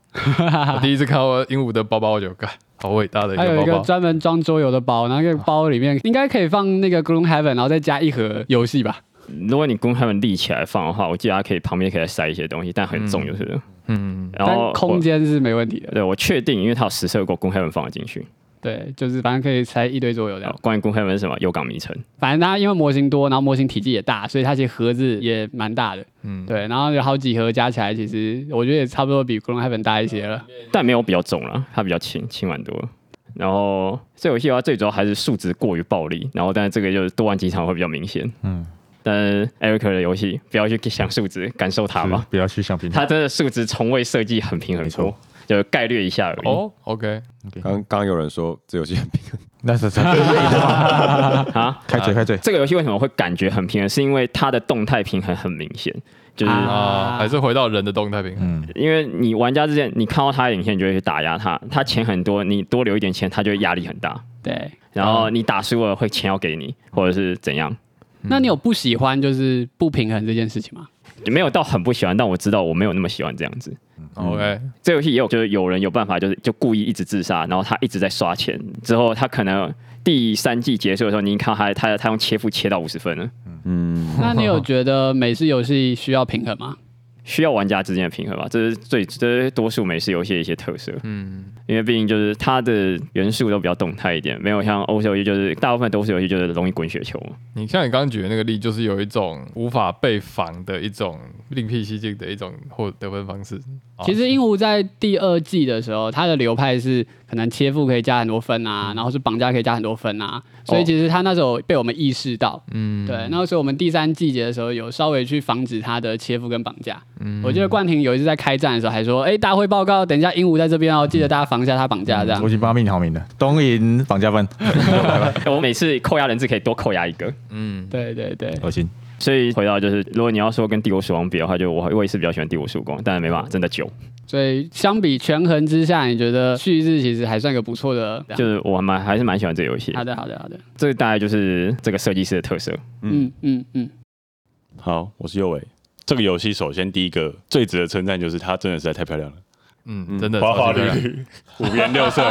我第一次看到鹦鹉的包包，我就干，好伟大的一还有个一个包包。专门装桌游的包，然后那个包里面应该可以放那个 Gloom Heaven，然后再加一盒游戏吧。如果你跟他们立起来放的话，我记得它可以旁边可以塞一些东西，但很重就是。嗯，然后但我空。间是没问题的，对，我确定，因为它有实测过公开文放了进去。对，就是反正可以拆一堆桌游这然后样。关于公开文是什么？有港迷城。反正它因为模型多，然后模型体积也大，所以它其实盒子也蛮大的。嗯，对，然后有好几盒加起来，其实我觉得也差不多比 Gloom Heaven 大一些了。但没有比较重了，它比较轻，轻蛮多。然后这游戏的话，最主要还是数值过于暴力，然后但是这个就是多玩几场会比较明显。嗯，但是 Eric 的游戏不要去想数值，感受它吧是。不要去想平台。它真的数值从未设计很平衡没过错，就是概率一下而已。哦，OK，刚刚刚有人说这游戏很平衡，那是真的啊，开嘴开嘴，这个游戏为什么会感觉很平衡？是因为它的动态平衡很明显，就是啊啊，还是回到人的动态平衡。因为你玩家之间，你看到他的影片，你就会去打压他，他钱很多，你多留一点钱，他就会压力很大。对，然后你打输了，会钱要给你，或者是怎样？嗯那你有不喜欢就是不平衡这件事情 <laughs> 吗？没有到很不喜欢，但我知道我没有那么喜欢这样子。 OK，这游戏也有，就是有人有办法，就是就故意一直自杀，然后他一直在刷钱，之后他可能第三季结束的时候，你一看他他他用切腹切到五十分了，那你有觉得美式游戏需要平衡吗？需要玩家之间的平衡吧，这是最这是多数美式游戏的一些特色。嗯，因为毕竟就是它的元素都比较动态一点，没有像欧式游戏就是大部分都是游戏就是容易滚雪 <laughs> 球嘛。你像你刚刚举的那个例，就是有一种无法被防的一种另辟蹊径的一种或得分方式。哦其实鹦鹉在第二季的时候，它的流派是可能切腹可以加很多分嗯啊，然后是绑架可以加很多分啊，所哦以其实它那时候被我们意识到，嗯，对，那时候我们第三季节的时候有稍微去防止它的切腹跟绑架。嗯，我记得冠廷有一次在开战的时候还说，哎、大会报告，等一下鹦鹉在这边哦，记得大家防一下他绑架这样我已。经帮他命好名了，东瀛绑架犯，哎我每次扣押人质可以多扣押一个，嗯，对对对，恶心。所以回到就是，如果你要说跟帝国曙光比的话，就我我也是比较喜欢帝国曙光，但没办法，真的久，所以相比权衡之下，你觉得旭日其实还算个不错的。就是我还蛮还是蛮喜欢这游戏好。的，好的，好的，这大概就是这个设计师的特色。嗯嗯嗯，好，我是右伟。这个游戏首先第一个最值得称赞就是它真的实在太漂亮了，嗯，真的花花超级漂绿亮绿，五颜六色，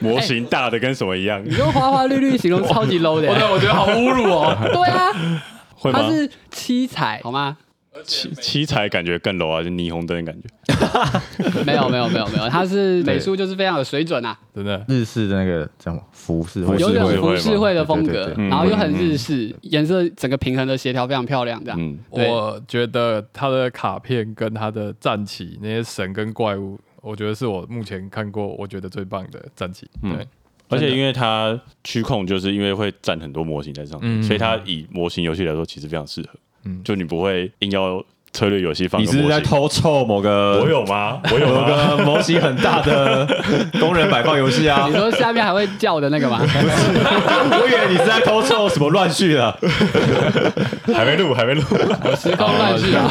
模型大的跟什么一样，你用花花绿绿形容超 <laughs> 级 low 的、我我觉得好侮辱哦。 <laughs> 对啊，会吗它？是七彩好吗？七七彩感觉更 low 啊，就霓虹灯的感觉。没有没有没有没 <laughs> 有，它是美术就是非常有水准啊，真的，日式的那个叫什么服饰，服或饰者有是点会浮世绘的风对对格对，嗯然后又很日式，颜色整个平衡的协调非常漂亮，这样。嗯，对我觉得他的卡片跟他的战旗那些神跟怪物，我觉得是我目前看过我觉得最棒的战旗。嗯对，而且真的因为它区控，就是因为会占很多模型在上嗯面，所以它以模型游戏来说其实非常适合。嗯就你不会硬要策略游戏放你个是不是模在型。偷臭某个我有吗？我有某吗？个模型很大 <laughs> 的工人摆放游戏啊你？说下面还会叫的那个吗？我以为你是在偷臭什么乱序了。还没录，还没录。时空乱序哦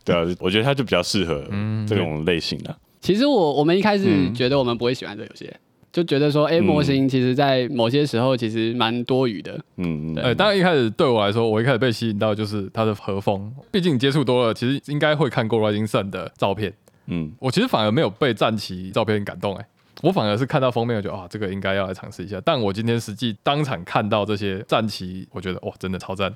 <laughs> 对啊，我觉得它就比较适合这种类型啊的、其实我我们一开始觉得我们不会喜欢这游戏，就觉得说，哎，模型其实在某些时候其实蛮多余的，嗯，呃，嗯，当然一开始对我来说，我一开始被吸引到就是他的和风，毕竟你接触多了，其实应该会看过 Rising Sun 的照片。嗯，我其实反而没有被战旗照片感动哎、我反而是看到封面，我觉得啊，这个应该要来尝试一下。但我今天实际当场看到这些战旗，我觉得哇，真的超赞。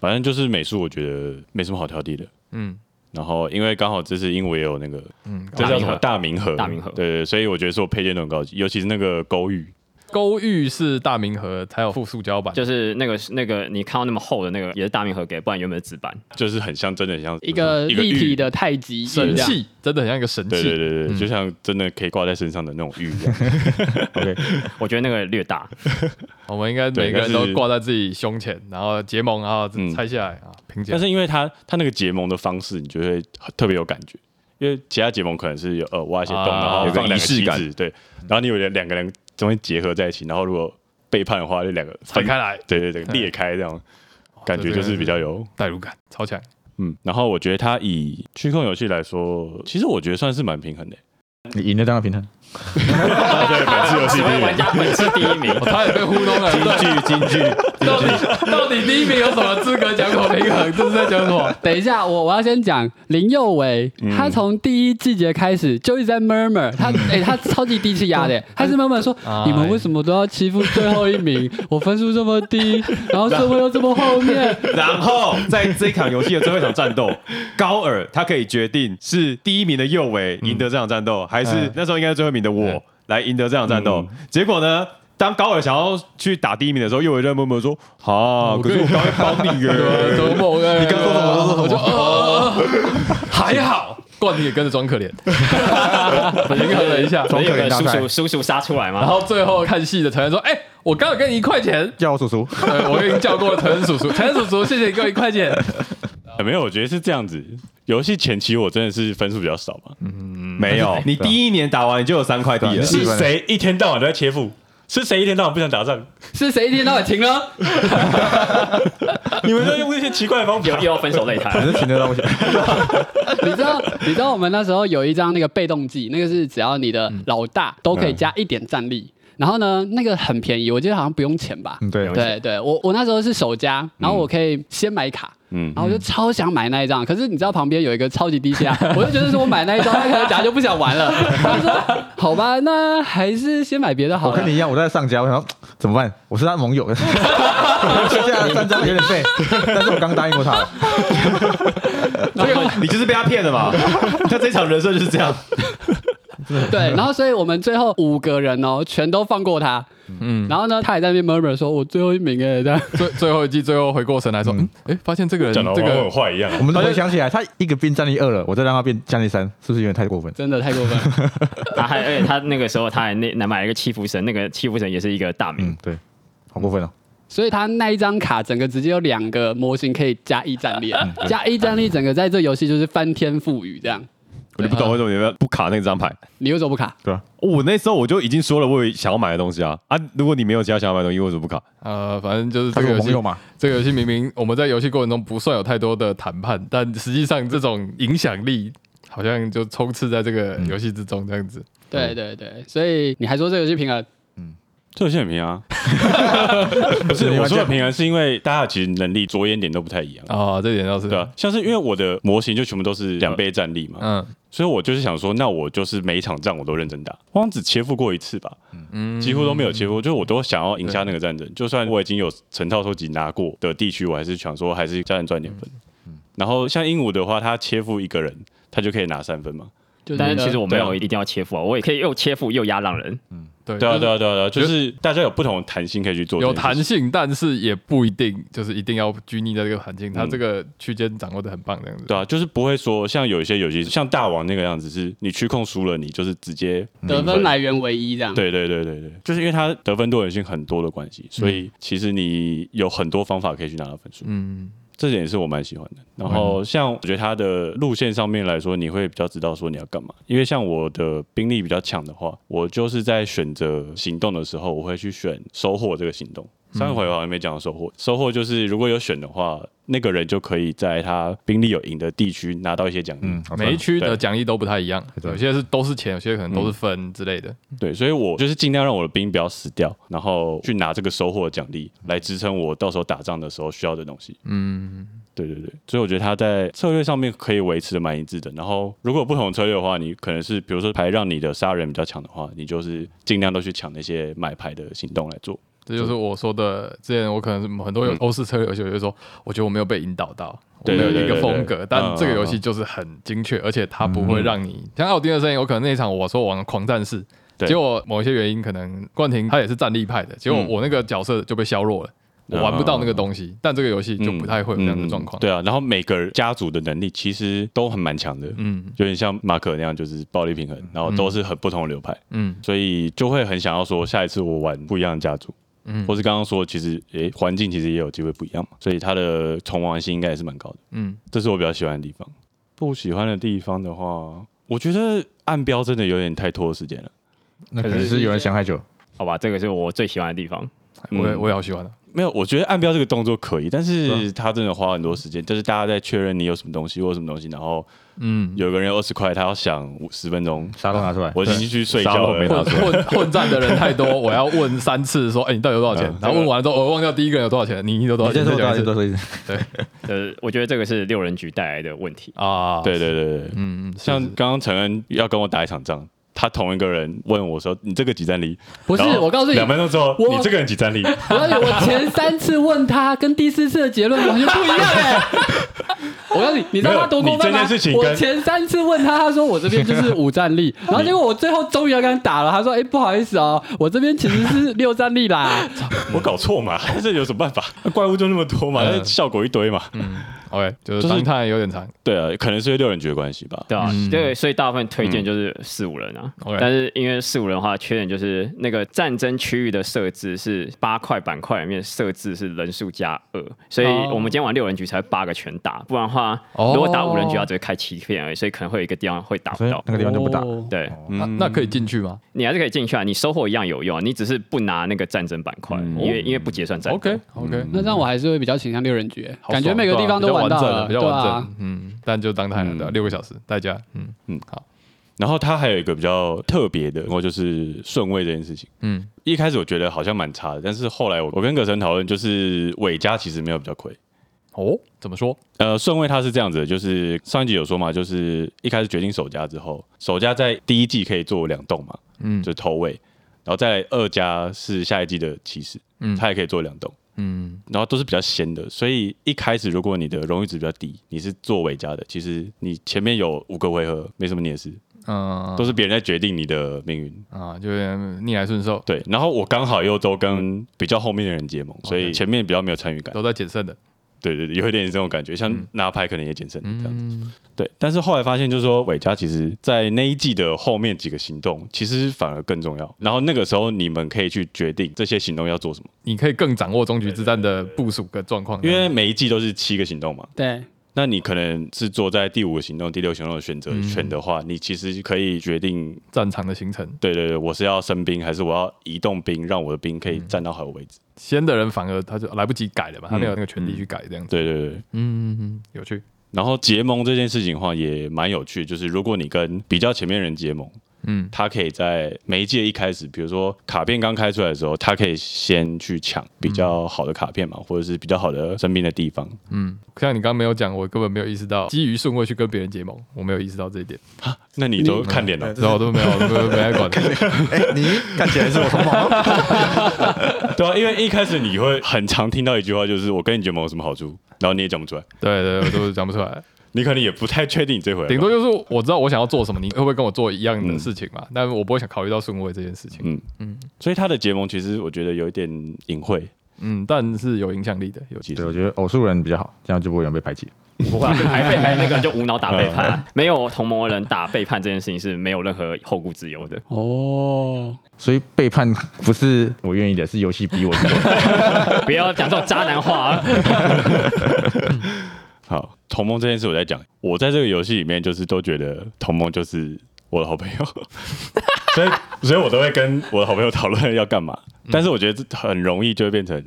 反正就是美术，我觉得没什么好挑剔的。嗯然后，因为刚好这次英国也有那个，嗯，这叫什大明么河大明河？大明河对对，所以我觉得说配件都很高级，尤其是那个勾玉，勾玉是大明河才有附塑胶版，就是那个那个你看到那么厚的那个也是大明盒给，不然原本是纸板。就是很像真的很像一个嗯一个立玉体的太极玉神这样。器，真的很像一个神对对器。对对，就像真的可以挂在身上的那种玉一样。我觉得那个略 <laughs> 大，我们应该每个人对但都是挂在自己胸前，然后结盟，然后嗯拆下来啊，平起但来。是因为它它那个结盟的方式，你就会很特别有感觉。因为其他结盟可能是有呃挖一些洞，啊然后有个放两仪个式棋感嗯子，对，然后你有两两个人中间结合在一起，然后如果背叛的话，就两个拆分开来，对对对，哎裂开这样，哦感觉就是比较有代入感超强。嗯。然后我觉得它以区控游戏来说，其实我觉得算是蛮平衡的。你赢了当然平衡。对，本次游戏第只会一玩名，家本是第一名。我差点哦被糊弄了。京剧，京剧，到底到底第一名有什么资格讲什么平衡？这是在讲什么？ <laughs> 等一下，我我要先讲林佑伟，他从第一季节开始就一直在 murmur，他哎、他超级低气压的，他是 murmur 说、哎你们为什么都要欺负最后一名？我分数这么低，然后社会又这么后面， <laughs> 然后在这一场游戏的最后一场战 <laughs> 斗，高尔他可以决定是第一名的右维赢得这场战斗，还是那时候应该是最后一名的我来赢得这场战斗。结果呢？当高尔想要去打第一名的时候，右维在默默说：“好，可是哦我刚刚帮你 <laughs> 耶。多猛哎！你刚说什么？我就呃，还好，冠廷也跟着装可怜，平衡了一下。不是有从可怜个到叔帅叔叔叔杀出来然 <laughs> 吗？后最后看戏的成员说：“哎，我刚有给你一块钱，叫我叔叔，呃我已经叫过了成员叔叔，成员叔叔，谢谢你给我一块钱。啊呃没有，我觉得是这样子。游戏前期我真的是分数比较少嘛，”嗯没有，你第一年打啊完你就有三块地了。是谁一天到晚都在切腹？是谁一天到晚不想打仗？是谁一天到晚停了？ <laughs> 你 <laughs> 们在用那些奇怪的方又法又。要分手擂台反，正停得到不行。你知道你知道我们那时候有一张那个被动技，那个是只要你的老大都可以加一点战力，然后呢那个很便宜，我记得好像不用钱吧？嗯，对，对对，我我那时候是首加，然后我可以先买卡。嗯然后我就超想买那一张，可是你知道旁边有一个超级低价，我就觉得说我买那一张，他可能等下就不想玩了。他说：“好吧，那还是先买别的好我了跟。你一样，我在上家，我想说怎么办？我是他盟友， <laughs> 剩下的三张有点废，但是我刚答应过他了。你就是被他骗的嘛？他这场人设就是这样。对，然后所以我们最后五个人哦，全都放过他。嗯，然后呢，他也在那边 murmur 说：“我最后一名哎、这样。最最后一季最后回过神来说，嗯，哎，发现这个人讲的这我个很坏一样。我们都回想起来，他一个变战力二了，我再让他变战力三，是不是有点太过分？真的太过分了。 <laughs> 他还而且他那个时候他还那那买了一个七福神，那个七福神也是一个大名，嗯，对，好过分哦。所以他那一张卡整个直接有两个模型可以加一战力，加一战力，整个在这游戏就是翻天覆雨这样。我就不懂为什么你们不卡那张牌。你为什么不卡？我哦那时候我就已经说了，我有想要买的东西啊啊！如果你没有其他想要买的东西，为什么不卡？呃，反正就是他这是个我游朋友戏，嘛，这个游戏明明我们在游戏过程中不算有太多的谈判，但实际上这种影响力好像就充斥在这个游戏之中这样子。对对对，所以你还说这游戏平衡？ <laughs> 这些很平啊 <laughs> 安，不是我说的平安，是因为大家其实能力着眼点都不太一样。哦，这点倒是对啊，像是因为我的模型就全部都是两倍战力嘛，嗯所以我就是想说，那我就是每一场仗我都认真打，我好像只切腹过一次吧，嗯，几乎都没有切腹，就是我都想要赢下那个战争，就算我已经有成套收集拿过的地区，我还是想说还是加点赚点分。嗯然后像鹦鹉的话，他切腹一个人，他就可以拿三分嘛。就是但那是个其实我没对有啊一定要切腹啊，我也可以又切腹又压浪人，对对啊，对啊，啊，对啊，对啊，就是大家有不同的弹性可以去做。有弹，性，但是也不一定就是一定要拘泥在这个环境，它这个区间掌握的很棒这样子。嗯对啊，就是不会说像有一些游戏，像大王那个样子，是你区控输了，你就是直接嗯得分来源唯一这样。对对对对对，就是因为他得分多元性很多的关系，所嗯以其实你有很多方法可以去拿到分数，嗯，这点也是我蛮喜欢的。然后像我觉得他的路线上面来说，你会比较知道说你要干嘛，因为像我的兵力比较强的话，我就是在选择行动的时候，我会去选收获这个行动。上一回我好像没讲到收获，收获就是如果有选的话，那个人就可以在他兵力有赢的地区拿到一些奖励。嗯，好吧每一区的对奖励都不太一样，对有些是都是钱，有些可能都是分之类的。对，所以我就是尽量让我的兵不要死掉，然后去拿这个收获的奖励来支撑我到时候打仗的时候需要的东西。嗯，对对对，所以我觉得他在策略上面可以维持的蛮一致的。然后如果有不同的策略的话，你可能是比如说牌让你的杀人比较强的话，你就是尽量都去抢那些买牌的行动来做。这就是我说的。之前我可能很多有欧式策略游戏，我就说，我觉得我没有被引导到，我嗯对没有对对一个对风对格嗯。但这个游戏就是很精确，而且它不会让你像奥丁的声音，我可能那一场我说我玩狂战士，对结果某一些原因，可能冠廷他也是战力派的，结果嗯我那个角色就被削弱了，我玩不到那个东西。但这个游戏就不太会有这样的状况嗯。对啊，然后每个家族的能力其实都很蛮强的，嗯有点像马可那样，就是暴力平衡，然后都是很不同的流派。嗯所以就会很想要说，下一次我玩不一样的家族，嗯或是刚刚说，其实诶环、境其实也有机会不一样嘛，所以它的重玩性应该也是蛮高的，嗯，这是我比较喜欢的地方。不喜欢的地方的话，我觉得按标真的有点太拖时间了。那可能是有人想太久。好吧，这个是我最喜欢的地方。我也嗯我也好喜欢的。啊没有，我觉得按标这个动作可以，但是它真的花很多时间，就是大家在确认你有什么东西，我有什么东西，然后嗯，有个人有二十块，他要想十分钟，沙漏拿出来，我已经去睡觉沙漏没拿了混。混混战的人太多， <laughs> 我要问三次说，哎、你到底有多少钱？嗯然后问完之后，我忘掉第一个人有多少钱，你有多少你钱？再再说讲多一少次多少次？呃，我觉得这个是六人局带来的问题。啊， <laughs> 对，对对对，嗯嗯，像是是刚刚陈恩要跟我打一场仗，他同一个人问我说：“你这个几战力？”不是然后我告诉你两分钟之后，我你这个人几战力？ <laughs> 我告诉你，我前三次问他跟第四次的结论完全不一样哎、我告诉你，你知道他多过分没有吗你这件事？情跟我前三次问他，他说我这边就是五战力，然后结果我最后终于要跟他打了，他说：“哎、不好意思哦，我这边其实是六战力啦。 <laughs> 我搞错嘛？这有什么办法？怪物就那么多嘛，嗯那效果一堆嘛。 OK，就就是是当探有点长，对啊，可能是因为六人局的关系吧。对啊嗯，对，所以大部分推荐就是四五人啊。 OK 但是因为四五人的话，缺点就是那个战争区域的设置是八块板块里面设置是人数加二，所以哦我们今天玩六人局才会八个全打，不然的话，哦如果打五人局，它只会开七片而已，所以可能会有一个地方会打所不以到。那个地方就不打。哦对那啊那可以进去吗你还是可以进去啊，你收获一样有用啊，你只是不拿那个战争板块，嗯因为因为不结算战哦争。 ？OK OK，那这样我还是会比较倾向六人局、哎感觉每个地方都完玩到整了，比较完对整啊。，嗯，但就当探了，嗯对吧六个小时代价，嗯嗯嗯，好，然后他还有一个比较特别的，然后就是顺位这件事情。嗯一开始我觉得好像蛮差的，但是后来我我跟葛晨讨论，就是伟嘉其实没有比较亏。哦，怎么说？呃，顺位它是这样子的，就是上一集有说嘛，就是一开始决定首家之后，首家在第一季可以做两栋嘛，嗯就是头尾，然后再来二家是下一季的骑士，嗯它也可以做两栋，嗯然后都是比较先的，所以一开始如果你的荣誉值比较低，你是做尾家的，其实你前面有五个回合没什么你也是，嗯都是别人在决定你的命运。啊，就有点逆来顺受，对，然后我刚好又都跟比较后面的人结盟，所以前面比较没有参与感。都在谨慎的。对对对，有一点这种感觉，像拿牌可能也谨慎这样子。对，但是后来发现，就是说伟嘉其实在那一季的后面几个行动，其实反而更重要。然后那个时候你们可以去决定这些行动要做什么，你可以更掌握终局之战的部署跟状况，因为每一季都是七个行动嘛。对，那你可能是做在第五个行动、第六行动的选择权的话，你其实可以决定，战场的形成，对对对，我是要生兵，还是我要移动兵，让我的兵可以站到好的位置。先的人反而他就来不及改了嘛，他没有那个权利去改这样子。对对对，嗯，嗯嗯有趣。然后结盟这件事情的话也蛮有趣，就是如果你跟比较前面人结盟，嗯嗯，他可以在每一届一开始，比如说卡片刚开出来的时候，他可以先去抢比较好的卡片嘛，或者是比较好的生病的啊地方。嗯，像你刚刚没有讲，我根本没有意识到基于顺位去跟别人结盟，我没有意识到这一点，那你都看脸了、然后我都没有，没有没有在管。哎、你看起来是我同盟，对啊，因为一开始你会很常听到一句话，就是我跟你结盟有什么好处，然后你也讲不出来，对对，我都讲不出 <laughs> 来，你可能也不太确定你这回来吧顶多就是我知道我想要做什么，你会不会跟我做一样的事情嘛？但我不会想考虑到顺位这件事情。嗯所以他的结盟其实我觉得有一点隐晦，嗯，但是有影响力的，有其实对，我觉得偶数人比较好，这样就不会有人被排挤。不会啊，还被还 <laughs> 那个就无脑打背嗯叛，没有同盟的人打背叛这件事情是没有任何后顾 <laughs> 之忧的。哦，所以背叛不是我愿意的，是游戏逼我的。不要讲这种渣男话啊，好，同盟这件事我在讲，我在这个游戏里面就是都觉得同盟就是我的好朋友，所以所以我都会跟我的好朋友讨论要干嘛，但是我觉得这很容易就会变成。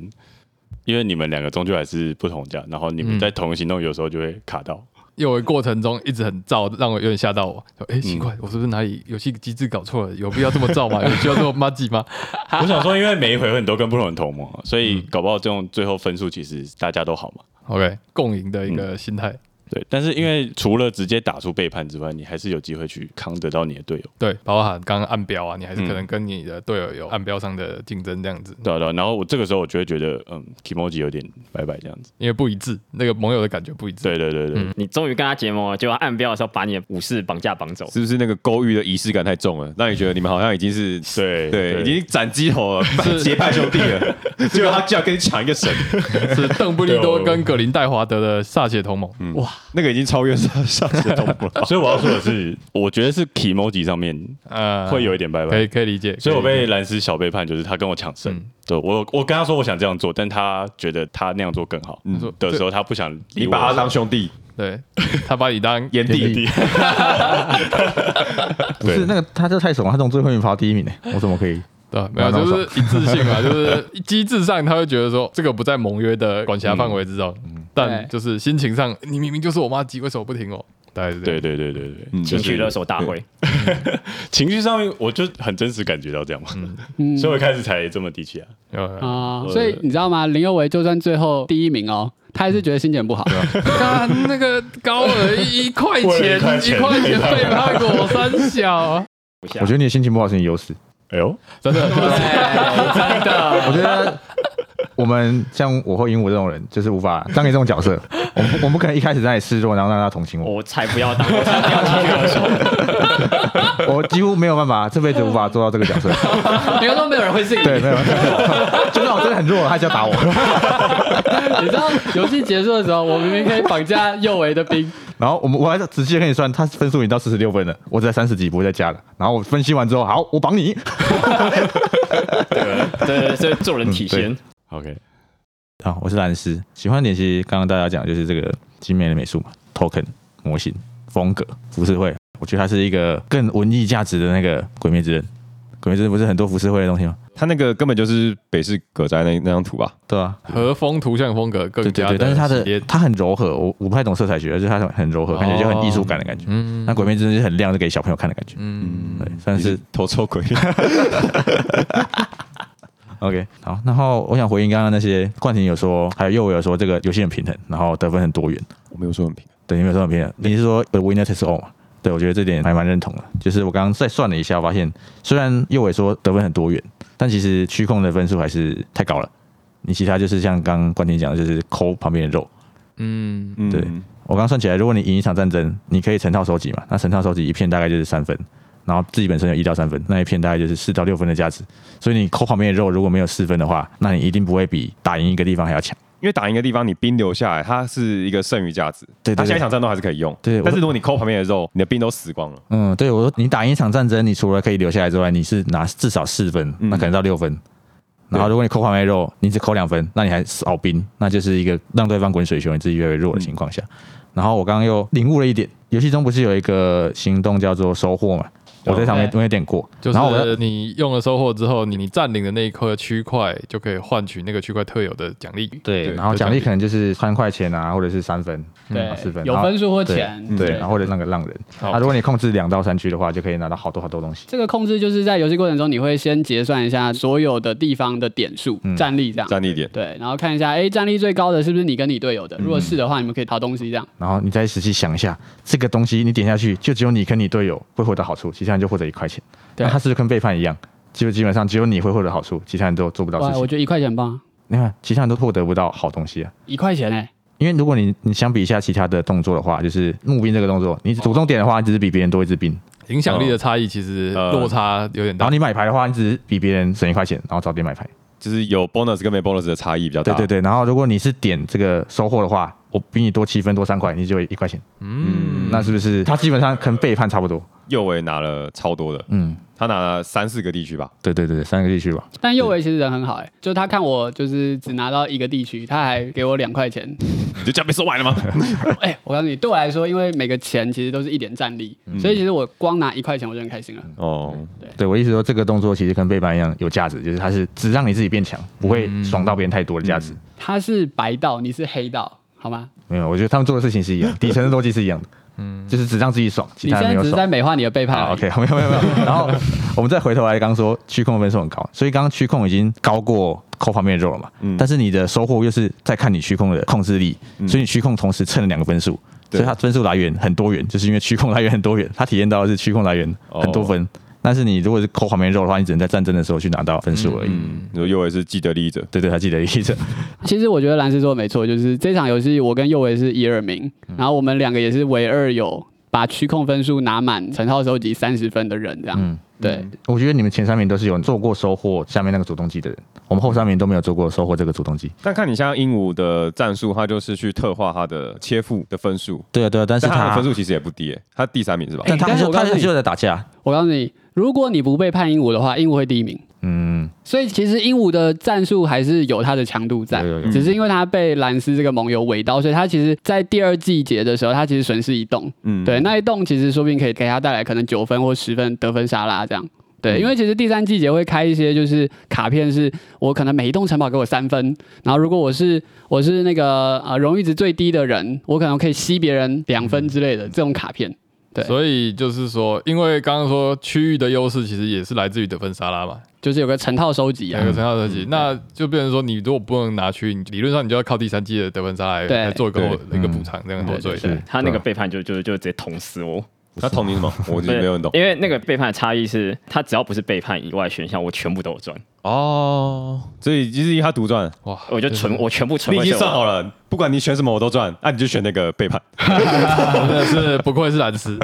因为你们两个终究还是不同价，然后你们在同一个行动有时候就会卡到，有为过程中一直很燥，让我有点吓到我。哎、诶奇嗯怪，我是不是哪里游戏机制搞错了？有必要这么燥 <laughs> 吗？有需要这么 m a g 吗？我想说，因为每一回合你都跟不同人同盟啊，所以搞不好这种最后分数其实大家都好嘛。 OK，共赢的一个心嗯态。对，但是因为除了直接打出背叛之外，你还是有机会去扛得到你的队友。对，包含刚刚暗标啊，你还是可能嗯跟你的队友有暗标上的竞争这样子，对啊对啊，然后我这个时候我就会觉得，嗯 k i m o j i 有点拜拜这样子。因为不一致，那个盟友的感觉不一致。对对对对，你终于跟他结盟了，结果他暗标的时候把你的武士绑架绑走，是不是那个勾玉的仪式感太重 <laughs> 了，让你觉得你们好像已经是对对，已经斩鸡头了，结拜兄弟 <laughs> 了， <laughs> 结果他就要跟你抢一个神，是邓布利多跟葛林戴华德的歃血同盟。那个已经超越上上次动物了。嗯 <laughs> 所以我要说的是，啊我觉得是 k i m o j i 上面呃，嗯会有一点拜可以拜。可以理解。所以我可理被解蓝斯小背叛，就是他跟我抢胜。对我，我跟他说我想这样做，但他觉得他那样做更好。嗯嗯说的时候，他不想理你我把他当兄弟，对 <laughs> 他把你当炎帝，不是那个他这太怂了，他从最后面跑到第一名呢，我怎么可以？对， <laughs> 没有，那就是一致性嘛，就是机制上他会觉得说这个不在盟约的管辖范围之中，嗯但对就是心情上，你明明就是我妈鸡，为什么不听我？大概是这对样。对对对对，情绪勒索大会。情绪上面我就很真实感觉到这样嘛，<laughs> 嗯所以我一开始才这么低气啊。有有有啊，哦我所以你知道吗？林佑维就算最后第一名哦，他还是觉得心 <laughs> 情不好。看那个高尔一一块为了 <laughs> 钱，一块钱一块钱背叛我三小，我我觉得你的心情不好是你优势。哎呦， <laughs> 真的哎真的，我觉得我们像我或鹦鹉这种人，就是无法当你这种角色，我们我们不可能一开始在你示弱，然后让他同情我，我才不要当，我才 <laughs> 不要情绪勒 <laughs> 索。我几乎没有办法，这辈子无法做到这个角色。 <laughs> 你看都没有人会是你。对，没有， <laughs> 就算我真的很弱，他就要打我， <laughs> 你知道游戏结束的时候，我明明可以绑架右维的兵，然后我们我还仔细地跟你算，他分数已经到四十六分了，我只在三十几，不会再加了。然后我分析完之后，好，我绑你。对，这做人体嗯现。 OK，好，我是蓝斯，喜欢点其实刚刚大家讲就是这个精美的美术嘛，token 模型、风格、浮世绘，我觉得它是一个更文艺价值的那个《鬼灭之刃》。《鬼灭之刃》不是很多浮世绘的东西吗？他那个根本就是北市葛宅那那张图吧？对啊，和风图像风格更对对加对，但是它的系列它很柔和，我我不太懂色彩学，就是它很很柔和，感觉就很艺术感的感觉。哦嗯那《鬼灭之刃》是很亮，是给小朋友看的感觉。嗯，对，算是头臭鬼， <laughs> OK，好，然后我想回应刚刚那些冠廷有说，还有右伟有说这个游戏很平衡，然后得分很多元。我没有说很平。对，你没有说很平衡，你是说 the winner takes all 嘛？对，我觉得这点还蛮认同的。就是我刚刚再算了一下，发现虽然右伟说得分很多元，但其实区控的分数还是太高了。你其他就是像刚刚冠廷讲的，就是抠旁边的肉，嗯，嗯对我刚算起来，如果你赢一场战争，你可以成套收集嘛？那成套收集一片大概就是三分，然后自己本身有一到三分，那一片大概就是四到六分的价值。所以你抠旁边的肉如果没有四分的话，那你一定不会比打赢一个地方还要强。因为打赢一个地方，你兵留下来，它是一个剩余价值，对对对它下一场战斗还是可以用。对我但是如果你抠旁边的肉，你的兵都死光了。嗯，对我说你打赢一场战争，你除了可以留下来之外，你是拿至少四分，那可能到六分。然后如果你抠旁边的肉，你只抠两分，那你还少兵，那就是一个让对方滚水球，你自己越来越弱的情况下。然后我刚刚又领悟了一点，游戏中不是有一个行动叫做收获嘛？我在上面对我有点过，就然后我是你用了收获之后，你你占领的那一块区块就可以换取那个区块特有的奖励。对，然后奖励可能就是三块钱啊，或者是三分，对嗯四分，有然后分数或钱，对，然后或者那个浪人。那如果你控制两到三区的话，就可以拿到好多好多东西。这个控制就是在游戏过程中，你会先结算一下所有的地方的点数、嗯战力这样。战力点，对，然后看一下，哎，战力最高的是不是你跟你队友的？如嗯果是的话，你们可以淘东西这样。然后你再仔细想一下，这个东西你点下去，就只有你跟你队友会获得好处，其他人就获得一块钱。对那它是不是跟背叛一样？就基本上只有你会获得好处，其他人都做不到哇，事我情。觉得一块钱很棒啊，你看，其他人都获得不到好东西啊。一块钱哎、因为如果你你相比一下其他的动作的话，就是募兵这个动作，你主动点的话，你只是比别人多一支兵；影响力的差异其实呃落差有点然大后。你买牌的话，你只是比别人省一块钱，然后早点买牌。就是有 bonus 跟没 bonus 的差异比较对大。对对，对，然后如果你是点这个收获的话，我比你多七分多三块，你就有一块钱，嗯，那是不是？他基本上跟背叛差不多。右维拿了超多的，嗯，他拿了三四个地区吧。对对对对，三个地区吧。但右维其实人很好哎、就他看我就是只拿到一个地区，他还给我两块钱。 <laughs> 你就这样被收买了吗？哎、我告诉你，对我来说，因为每个钱其实都是一点战力，嗯所以其实我光拿一块钱我就很开心了。哦，对我意思说，这个动作其实跟背叛一样有价值，就是它是只让你自己变强，不会嗯爽到别人太多的价值。他是白道，你是黑道，好吗？没有，我觉得他们做的事情是一样，底层的逻辑是一 <laughs> 样的。嗯，就是只让自己爽，其你他现人没在有只是爽在。美化你的背叛好而已。 ，OK，没有没有没有。然后我们再回头来，刚刚说区控的分数很高，所以刚刚区控已经高过扣旁边的肉了嘛。嗯但是你的收获又是在看你区控的控制力，所以你区控同时蹭了两个分数，所以它分数来源很多元，就是因为区控来源很多元，它体验到的是区控来源很多哦分。但是你如果是扣旁边肉的话，你只能在战争的时候去拿到分数而已。嗯，你说右维是既得利 <laughs> 益者，对对，还记得一直。其实我觉得蓝斯说的没错，就是这场游戏我跟右维是一二名，嗯然后我们两个也是唯二有把区控分数拿满，陈浩收集三十分的人这样。嗯对， <laughs> 我觉得你们前三名都是有做过收获下面那个主动机的人，我们后三名都没有做过收获这个主动机。但看你像鹦鹉的战术，他就是去特化他的切腹的分数，对啊对啊，但是哎但他的他分，数其实也不低、欸，他第三名是吧？但他但是就我告他诉就你就在打架。我告诉你，如果你不被判鹦鹉的话，鹦鹉会第一名。嗯，所以其实鹦鹉的战术还是有它的强度在有有，只是因为它被兰斯这个盟友围刀，所以它其实在第二季节的时候，它其实损失一栋，嗯，对，那一栋其实说不定可以给它带来可能九分或十分得分沙拉这样。对，嗯因为其实第三季节会开一些就是卡片，是我可能每一栋城堡给我三分，然后如果我是我是那个呃荣誉值最低的人，我可能可以吸别人两分之类的这种卡片。对所以就是说，因为刚刚说区域的优势其实也是来自于得分沙拉嘛，就是有个成套收集有啊一个。成效设计，那就变成说，你如果不能拿区域，你理论上你就要靠第三季的得分沙拉来对来做一个后对一个补偿，这样后对对缀。是他那个背叛就就就直接捅死我。他捅你什么？我嗯就没有很哎懂。因为那个背叛的差异是，他只要不是背叛以外的选项，我全部都有赚，哦，所以就是因为他独赚，哇，我就真是 <laughs> 纯我全部纯你已会经是嗯算我。好了，不管你选什么我都赚，啊那、你就选那个背叛。真的是不愧是蓝 <laughs> 斯，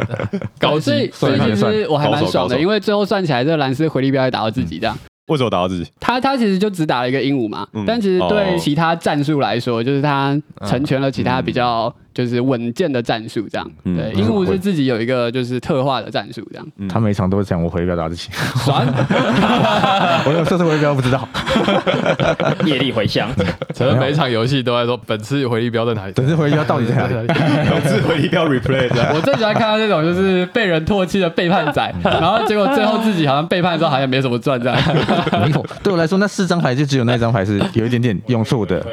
高对所以级。所以其实我还蛮爽高手高的，手因为最后算起来，这个蓝斯回力镖也打到自己这样。为什么打到自己？他他其实就只打了一个鹦鹉嘛嗯，但其实哦对其他战术来说，就是他成全了其他比较就是稳健的战术这样。嗯对，嗯鹦鹉是自己有一个就是特化的战术 <laughs> 这样。他每一场都是讲我回标打自己， <laughs> 爽，我有这次回标不知道，业力 <laughs> 回响，承认每一场游戏都在说本次回力标在哪里？等这回标到底在 <laughs> 哪里？永志回一定要 replay 的。 <laughs> 我最喜欢看到这种就是被人唾弃的背叛嗯仔，然后结果最后自己好像背叛之后好像没什么赚这样。 <laughs> 没有对我来说，那四张牌就只有那张牌是有一点点用处的。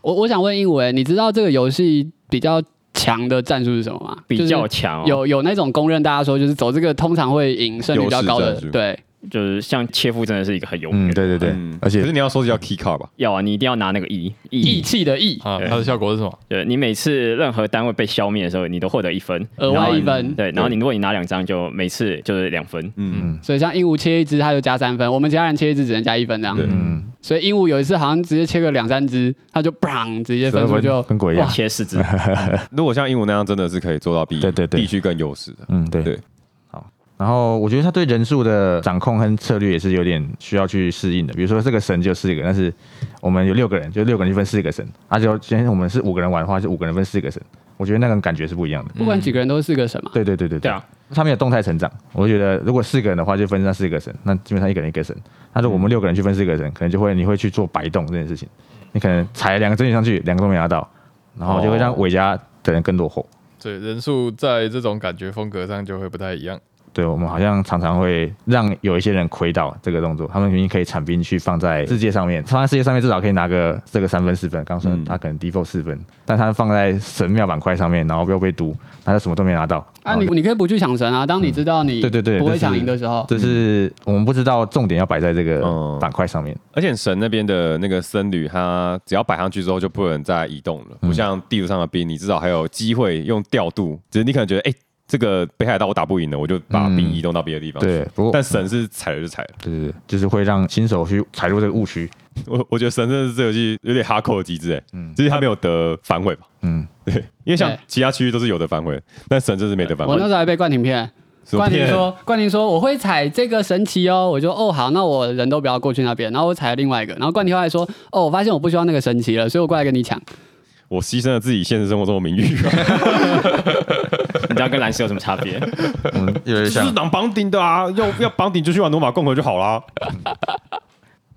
我我想问鹦鹉，哎，你知道这个游戏比较强的战术是什么吗？比就是较强、哦，有有那种公认，大家说就是走这个通常会赢胜率比较高的优势战术，对。就是像切腹真的是一个很有名嗯，的，对对对嗯，而可是且你要收集到 key card 吧？要啊，你一定要拿那个 E 义 E，气的义，啊，它的效果是什么？对你每次任何单位被消灭的时候，你都获得一分，呃额然外后一分。对，然后你如果你拿两张，就每次就是两分。嗯，所以像鹦鹉切一只，它就加三分；我们其他人切一只只能加一分这样。嗯，所以鹦鹉有一次好像直接切个两三只，它就砰，直接分数就跟鬼一哇，样，切四 <laughs> 只，如果像英文那样，真的是可以做到比对对对地区更优势的。嗯，对对。好，然后我觉得他对人数的掌控和策略也是有点需要去适应的。比如说这个神只有四个，但是我们有六个人，就六个人就分四个神。而且今天我们是五个人玩的话，是五个人分四个神。我觉得那个感觉是不一样的。不管几个人都是个神嘛。对对对对对啊，他们有动态成长。我觉得如果四个人的话，就分上四个神，那基本上一个人一个神。那如果我们六个人去分四个神，可能就会你会去做摆动这件事情，你可能踩了两个真女上去，两个都没拿到，然后就会让韦家的人更落后。 <laughs> 对，人数在这种感觉风格上就会不太一样。对我们好像常常会让有一些人亏到这个动作，他们明明可以铲兵去放在世界上面，放在世界上面至少可以拿个这个三分四分，刚说嗯他可能 default 四分，但他放在神庙板块上面，然后又被毒，他就什么都没拿到。啊，你然后你可以不去抢神啊，当你知道你对对对不这会是抢赢的时候，哦这是我们不知道重点要摆在这个嗯板块上面。而且神那边的那个僧侣，他只要摆上去之后就不能再移动了，嗯不像地图上的兵，你至少还有机会用调度，只是你可能觉得，哎、这个北海道我打不赢了，我就把兵移动到别的地方去。对，不过但神是踩了就踩了，对对对，就是会让新手去踩入这个误区。我我觉得神真的是这游戏有点哈扣的机制、哎，嗯就是他没有得反悔吧？嗯，对，因为像对其他区域都是有的反悔，但神真是没得反我悔那。时候还被冠廷骗。什么冠廷骗说：“冠廷说我会踩这个神奇哦。”我就哦好，那我人都不要过去那边。然后我踩了另外一个，然后冠廷后来说：“哦，我发现我不需要那个神奇了，所以我过来跟你抢。我牺牲了自己现实生活中的名誉、你知道跟蓝色有什么差别？我们有就点是 <laughs> 像，挡绑顶的啊，要要绑顶就去玩罗马共和就好啦。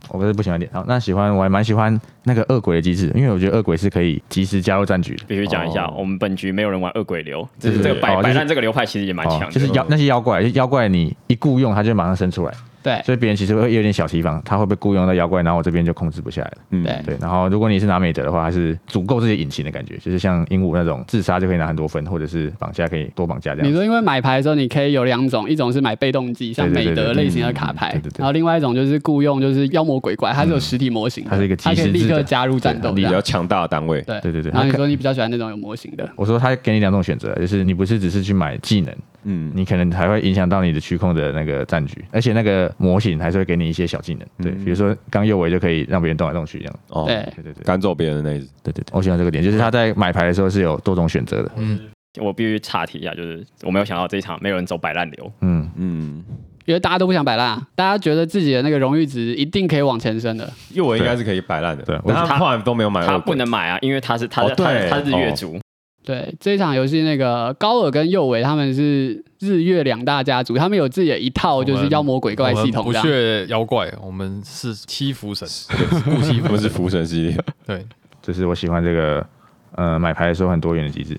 我不是不喜欢点。好，那喜欢我还蛮喜欢那个恶鬼的机制，因为我觉得恶鬼是可以及时加入战局的。必须讲一下，我们本局没有人玩恶鬼流，这哦对这个哦摆就是摆烂这个流派其实也蛮强哦的，就是妖那些妖怪，就妖怪你一雇佣，它就马上生出来，”对哎所以别人其实会有点小提防，他会被雇佣到妖怪，然后我这边就控制不下来了。对，嗯对，然后如果你是拿美德的话，还是足够自己引擎的感觉，就是像鹦鹉那种自杀就可以拿很多分，或者是绑架可以多绑架这你样。说因为买牌的时候，你可以有两种，一种是买被动技，像对对美对德对对类型的嗯卡牌对对，对然后另外一种就是雇佣，就是妖魔鬼怪，它是有实体模型的，它是一个即它可以时立制刻的加入战斗比这较样。强大的单位，对对对对然后你它可说你比较喜欢那种有模型的，我说他给你两种选择，就是你不是只是去买技能，嗯，你可能还会影响到你的区控的那个战局，而且那个模型还是会给你一些小技能，对，嗯比如说刚右尾就可以让别人动来动去这样。哦，对，哎对对对赶走别人的那一只，对对对，我喜欢这个点，就是他在买牌的时候是有多种选择的。我必须岔题一下，就是我没有想到这一场没有人走摆烂流，嗯，嗯，因为大家都不想摆烂，大家觉得自己的那个荣誉值一定可以往前升的。右我应该是可以摆烂的，对但他后来都没有哎买他二不鬼，能买啊，因为他是他是哦对他是他是月族，对，这一场游戏那个高尔跟右维他们是日月两大家族，他们有自己的一套就是妖魔鬼怪系我统们这不样。屑妖怪，我们是七福神，顾七我福们神。是福神系列，对，这是我喜欢这个呃买牌的时候很多元的机制。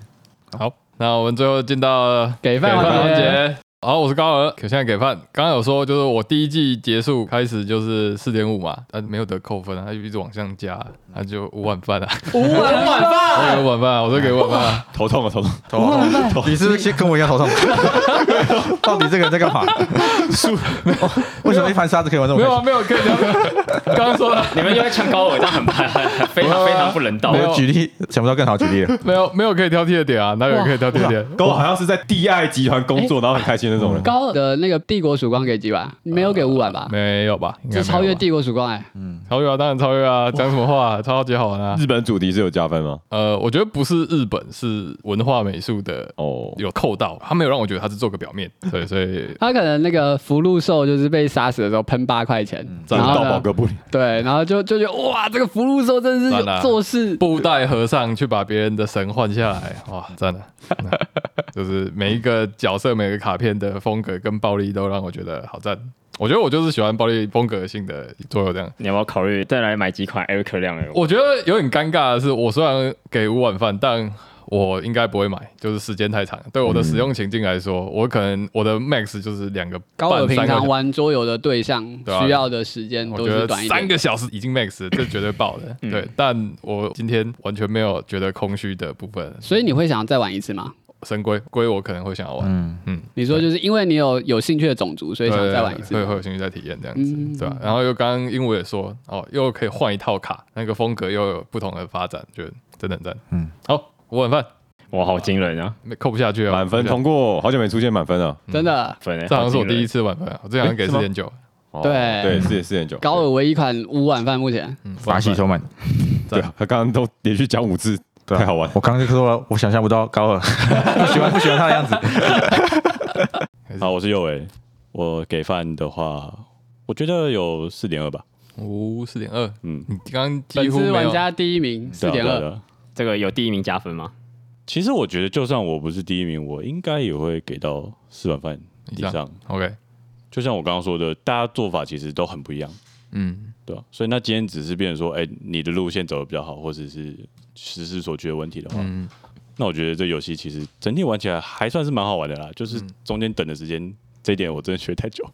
好， <laughs> 那我们最后进到给饭环环节，节。好，我是高尔，可现在给饭。刚刚有说，就是我第一季结束开始就是四点五嘛，啊没有得扣分啊，他就一直往上加，他就五碗饭 <laughs> 啊，五碗碗饭，我有碗饭啊，我都给碗饭啊。 <laughs> 头痛了，头痛，哦你是不是先跟我一样 <laughs> 头痛？到底这个人在干嘛？哦为什么一盘沙子可以玩这么没开心有啊，没有，可以这样。 <laughs> 刚刚说的你们就会呛高尔，这样很拍，非 <laughs> 啊常非常不人道没。有我举例想不到更好举例了。没有，没有可以挑剔的点啊，哪有可以挑剔的点？都好像是在 DI 集团工作，然后很开心那种人，高尔的那个帝国曙光给几碗？没有给五碗吧？没有吧？应该这没有吧超越帝国曙光哎、超越啊，当然超越啊，讲什么话？超级好玩 <laughs> 啊！日本主题是有加分吗？呃，我觉得不是日本，是文化美术的哦，有扣到，他没有让我觉得他是做个表面，对，所 <laughs> 以他可能那个福禄寿就是被杀死的时候喷八块钱，嗯真然后到宝呢哥布里，对，然后就就觉得哇，这个福禄寿真的是算了有做事。布袋和尚去把别人的神换下来，哇，赞了！就是每一个角色、每个卡片的风格跟暴力都让我觉得好赞。我觉得我就是喜欢暴力风格性的左右这样。你要不要考虑再来买几款 Eric 亮的？我觉得有点尴尬的是，我虽然给五碗饭，但我应该不会买，就是时间太长。对嗯我的使用情境来说，我可能我的 max 就是两个高尔半平三个小常时玩桌游的对象对啊需要的时间我都觉是得短一点三的嗯个。小时已经 max，了这绝对爆 <laughs> 了。对，但我今天完全没有觉得空虚的部分，所以你会想再玩一次吗？神龟龟我可能会想要玩，嗯，你说就是因为你有有兴趣的种族，所以对想对再对玩一次会吗。会有兴趣再体验这样子，嗯对吧、然后又刚刚鹦鹉也说，哦，又可以换一套卡，那个风格又有不同的发展，就真的很赞。嗯嗯，好，我 <laughs> 很饭哇，好惊人啊！没扣不下去了，满分扣不下通过，好久没出现满分了。真的，分欸这好像是我惊人第一次满分啊，我之前好像给四点哎九，哦对对，四点四点九，高尔唯一款五碗饭目前，嗯，法系充满，对啊，他刚刚都连续讲五次，对啊太好玩。我刚刚就说了，我想象不到 <laughs> 高二，不喜欢不喜欢他的样子，好，我是右维，我给饭的话，我觉得有四点二吧。五四点二，嗯，你刚刚几本乎次没玩有，家第一名对四啊点。对啊对二，啊这个有第一名加分吗？其实我觉得，就算我不是第一名，我应该也会给到四碗饭以以上。 OK，就像我刚刚说的，大家做法其实都很不一样，嗯，对吧、所以那今天只是变成说，哎、你的路线走的比较好，或者是实施所缺的问题的话，嗯那我觉得这游戏其实整体玩起来还算是蛮好玩的啦。就是中间等的时间、这一点，我真的学太久。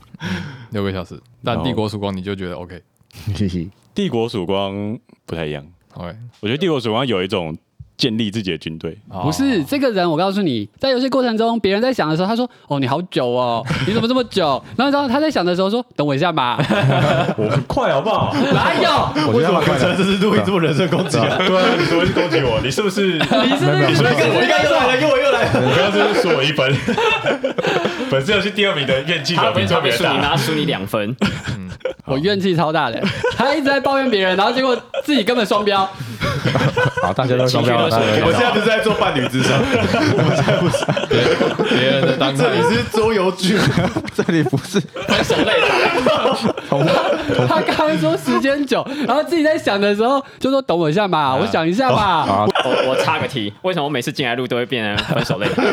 六个小时，然但后帝国曙光你就觉得 OK，OK，、嘿嘿，帝国曙光不太一样，我觉得帝国曙光有一种建立自己的军队，哦不是这个人，我告诉你，在游戏过程中，别人在想的时候，他说：“哦，你好久哦，你怎么这么久？”然后然后他在想的时候说：“等我一下嘛。我很快好不好？”哪有？我觉得蛮快的，这是录音这么人身攻击啊！对啊，你昨天攻击我，你是不是？你是那个那个那个来，给我又来！你刚刚是说我一分， <laughs> 本次游戏第二名的怨气他不是他不是输 <laughs> 你，他输你两 <laughs> 分，我怨气超大的，他一直在抱怨别人，然后结果自己根本双标。好，大家都双情绪标，勒大索家都我双标们现在不是在做伴侣之上， <laughs> 别人的当这是桌游剧，这里不是分手擂台。他刚刚说时间久，然后自己在想的时候就说：“等我一下嘛，我想一下嘛。啊我我插个题，为什么我每次进来录都会变成分手 <laughs> 擂台？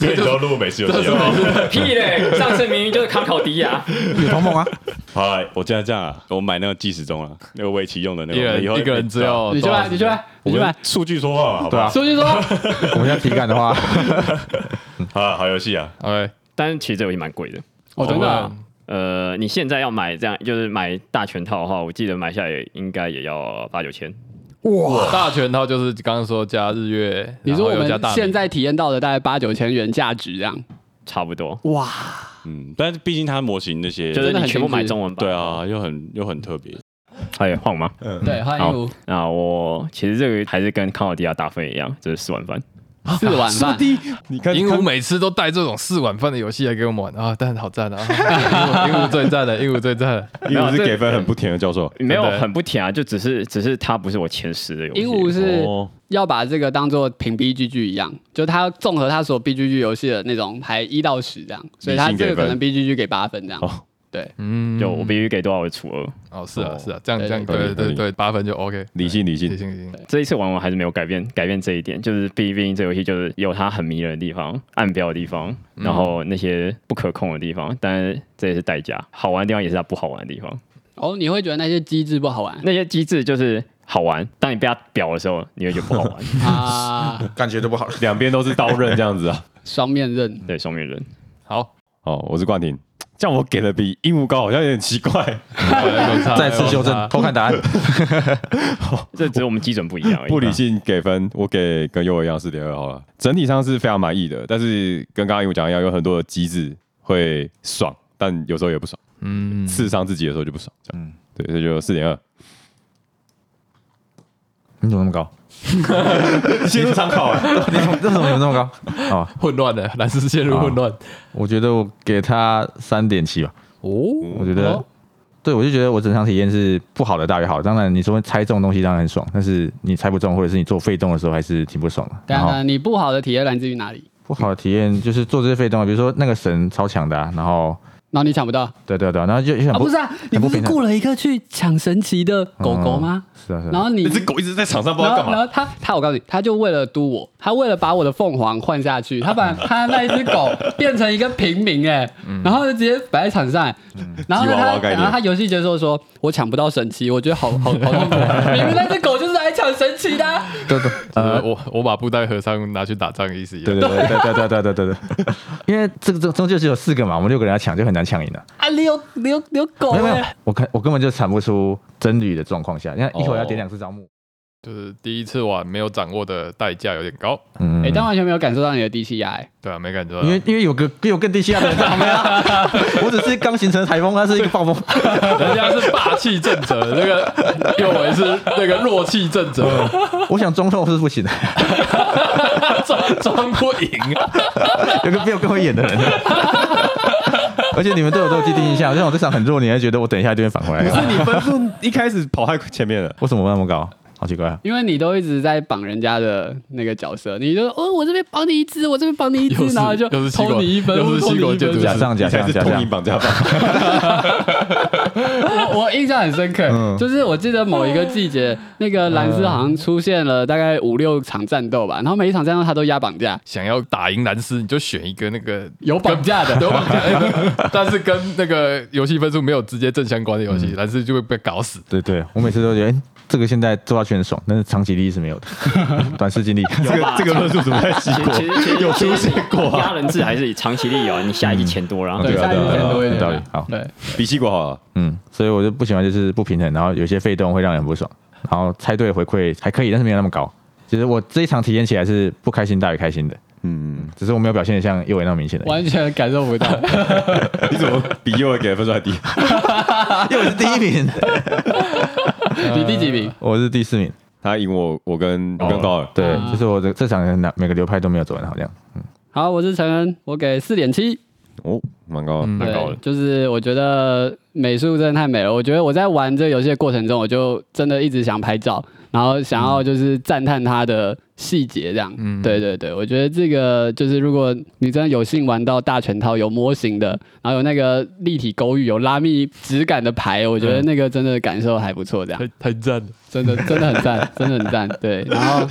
因为你都录美式游戏了。啊屁嘞！上次明明就是康考迪亚，女同盟 <laughs> 啊，好啦，我现在这样啊，我买那个计时钟啊，那个围棋用的那一个，人以后一个人只有你去吧，你去吧，哦我你去们哦吧。数据说话嘛，好不对好啊？出去说，我们要体感的话，好啊，好游戏啊， OK，但是其实这游戏蛮贵的。哦，真的啊，呃，你现在要买这样，就是买大全套的话，我记得买下来也应该也要八九千。大全套就是刚刚说加日月，你说我然后又加们大米现在体验到的大概八九千元价值这样，差不多，嗯，但是毕竟它模型那些，就是你全部买中文版。对，啊，又很又很特别，哎，换我吗？嗯对，哎欢好迎那我其实这个还是跟康考迪亚打分一样，就是四碗饭。四碗饭。你看鹦鹉看每次都带这种四碗饭的游戏来给我们玩啊，但好 <laughs> 赞啊！啊鹦鹉鹦鹉最赞了，鹦鹉最赞了。鹦鹉没有是这给分很不甜的教授，没有真的很不甜啊，就只是只是它不是我前十的游戏。鹦鹉是哦要把这个当做评 B G G 一样，就它综合它所有 B G G 游戏的那种排一到十这样，所以它这个可能 B G G 给八分这样。对，嗯，就我必须给多少我除二。哦，是啊，是啊，这样对这样，对对对对对对，八分就 OK。理性理行性行，行，这一次玩我还是没有改变改变这一点，就是毕竟这游戏就是有它很迷人的地方、暗标的地方，嗯然后那些不可控的地方，但是这也是代价。好玩的地方也是它不好玩的地方， <laughs> 哦，你会觉得那些机制不好玩那些机制就是好玩，当你被它表的时候，你会觉得不好 <laughs> <laughs> 玩。啊？感觉都不好。两边都是刀刃这样子啊。双面刃，对，双面人， <laughs> 好，哦，我是冠廷，这样我给的比鹦鹉高好像有点奇怪，再再次修哎正，偷看答案。这只是我们基准不一样而已。不理性给分，我给跟佑一样四点二好了。整体上是非常满意的，但是跟刚刚鹦鹉讲一样，有很多的机制会爽，但有时候也不爽，嗯，刺伤自己的时候就不爽，这样。嗯对，所以就四点 <laughs> 二，你怎么那 <laughs> 么高？进入常考。哎你怎么这怎么有那么高？混乱的，蓝斯陷入混乱。我觉得我给他三点七吧。哦，我觉得，对我就觉得我整场体验是不好的大于好。当然，你说猜中东西当然很爽，但是你猜不中，或者是你做废动的时候，还是挺不爽的。当然后然，你不好的体验来自于哪里？不好的体验就是做这些废动，比如说那个神超强的、啊，然后然后你抢不到啊？对对对，然后就就想不是啊，你不是雇了一个去抢神奇的狗狗吗？是啊是啊，然后你那只狗一直在场上不知然道干后，然嘛，后他他，我告诉你，他就为了嘟我，他为了把我的凤凰换下去，他把 <laughs> 他那一只狗变成一个平民哎、然后就直接摆在场上，然后呢吉娃娃他概念然后他游戏结束说，我抢不到神奇，我觉得好好好痛苦，明明那只狗就是来抢神奇的啊、对对呃，我我把布袋和尚拿去打仗，意思一对样。对对对对对对对对， <laughs> 因为这个这终究只有四个嘛，我们六个人要抢就很难抢赢了。啊，你有你有你有狗没有没哎、哦有，我看我根本就产不出真理的状况下，你看一会儿要点两次招募，就是第一次玩没有掌握的代价有点高，嗯，哎、但完全没有感受到你的低气压、欸，对啊，没感觉到因。为因为有个有更低气压的人在旁边啊， <laughs> 我只是刚形成的台风，它是一个暴风，人家是霸气正则，那个右为是那个弱气正则， <laughs> 我想中痛是不行的，装装不赢啊！有个比我更会演的 <laughs> 人。而且你们对我都有既定印象，像我这场很弱，你还觉得我等一下就会返回可是啊来，你分数一开始跑太前面了，为什么那么高？好奇怪啊，因为你都一直在绑人家的那个角色，你就哦，我这边绑你一只，我这边绑你一只又，是然后就又是西瓜偷你一分，又是或者偷西瓜你一建筑分。师假上假你才上是假通上银，绑架吧？ <laughs> 我我印象很深刻，嗯就是我记得某一个季节，那个蓝斯好像出现了大概五六场战斗吧，然后每一场战斗他都压绑架，想要打赢蓝斯，你就选一个那 <laughs> 个有绑架的，有绑架， <laughs> 哎但是跟那个游戏分数没有直接正相关的游戏，蓝斯就会被搞死。对对，我每次都觉得哎这个现在做下去很爽，但是长期利益是没有 <laughs> 的，短视经历，这个这个论述怎么在西其实其实国有出现过啊？压人质还是以长期利有，你下一季钱多啦。对，对啊下一对啊次钱多一有点道理嘛。。好，对，比西国好了，嗯，所以我就不喜欢就是不平衡，然后有些费动会让人很不爽，然后猜对回馈还可以，但是没有那么高。其实我这一场体验起来是不开心大于开心的，嗯，只是我没有表现的像叶伟那么明显的。完全感受 <laughs> 不到。你 <laughs> 怎么比右给的分数还低？ <laughs> 因为我是第一 <laughs> 名，嗯你第几名？我是第四名，他赢我，我跟我跟高尔，对，嗯就是我的这场的每个流派都没有走很好，这样好，我是陈恩，我给四点七。哦，蛮高的，嗯，对，蛮高的。就是我觉得美术真的太美了。我觉得我在玩这个游戏的过程中，我就真的一直想拍照，然后想要就是赞叹它的细节这样。嗯对对对，我觉得这个就是如果你真的有幸玩到大全套有模型的，然后有那个立体勾玉、有拉密质感的牌，我觉得那个真的感受还不错。这样太太赞了，真的真的很 <laughs> 赞，真的很赞。对，然后。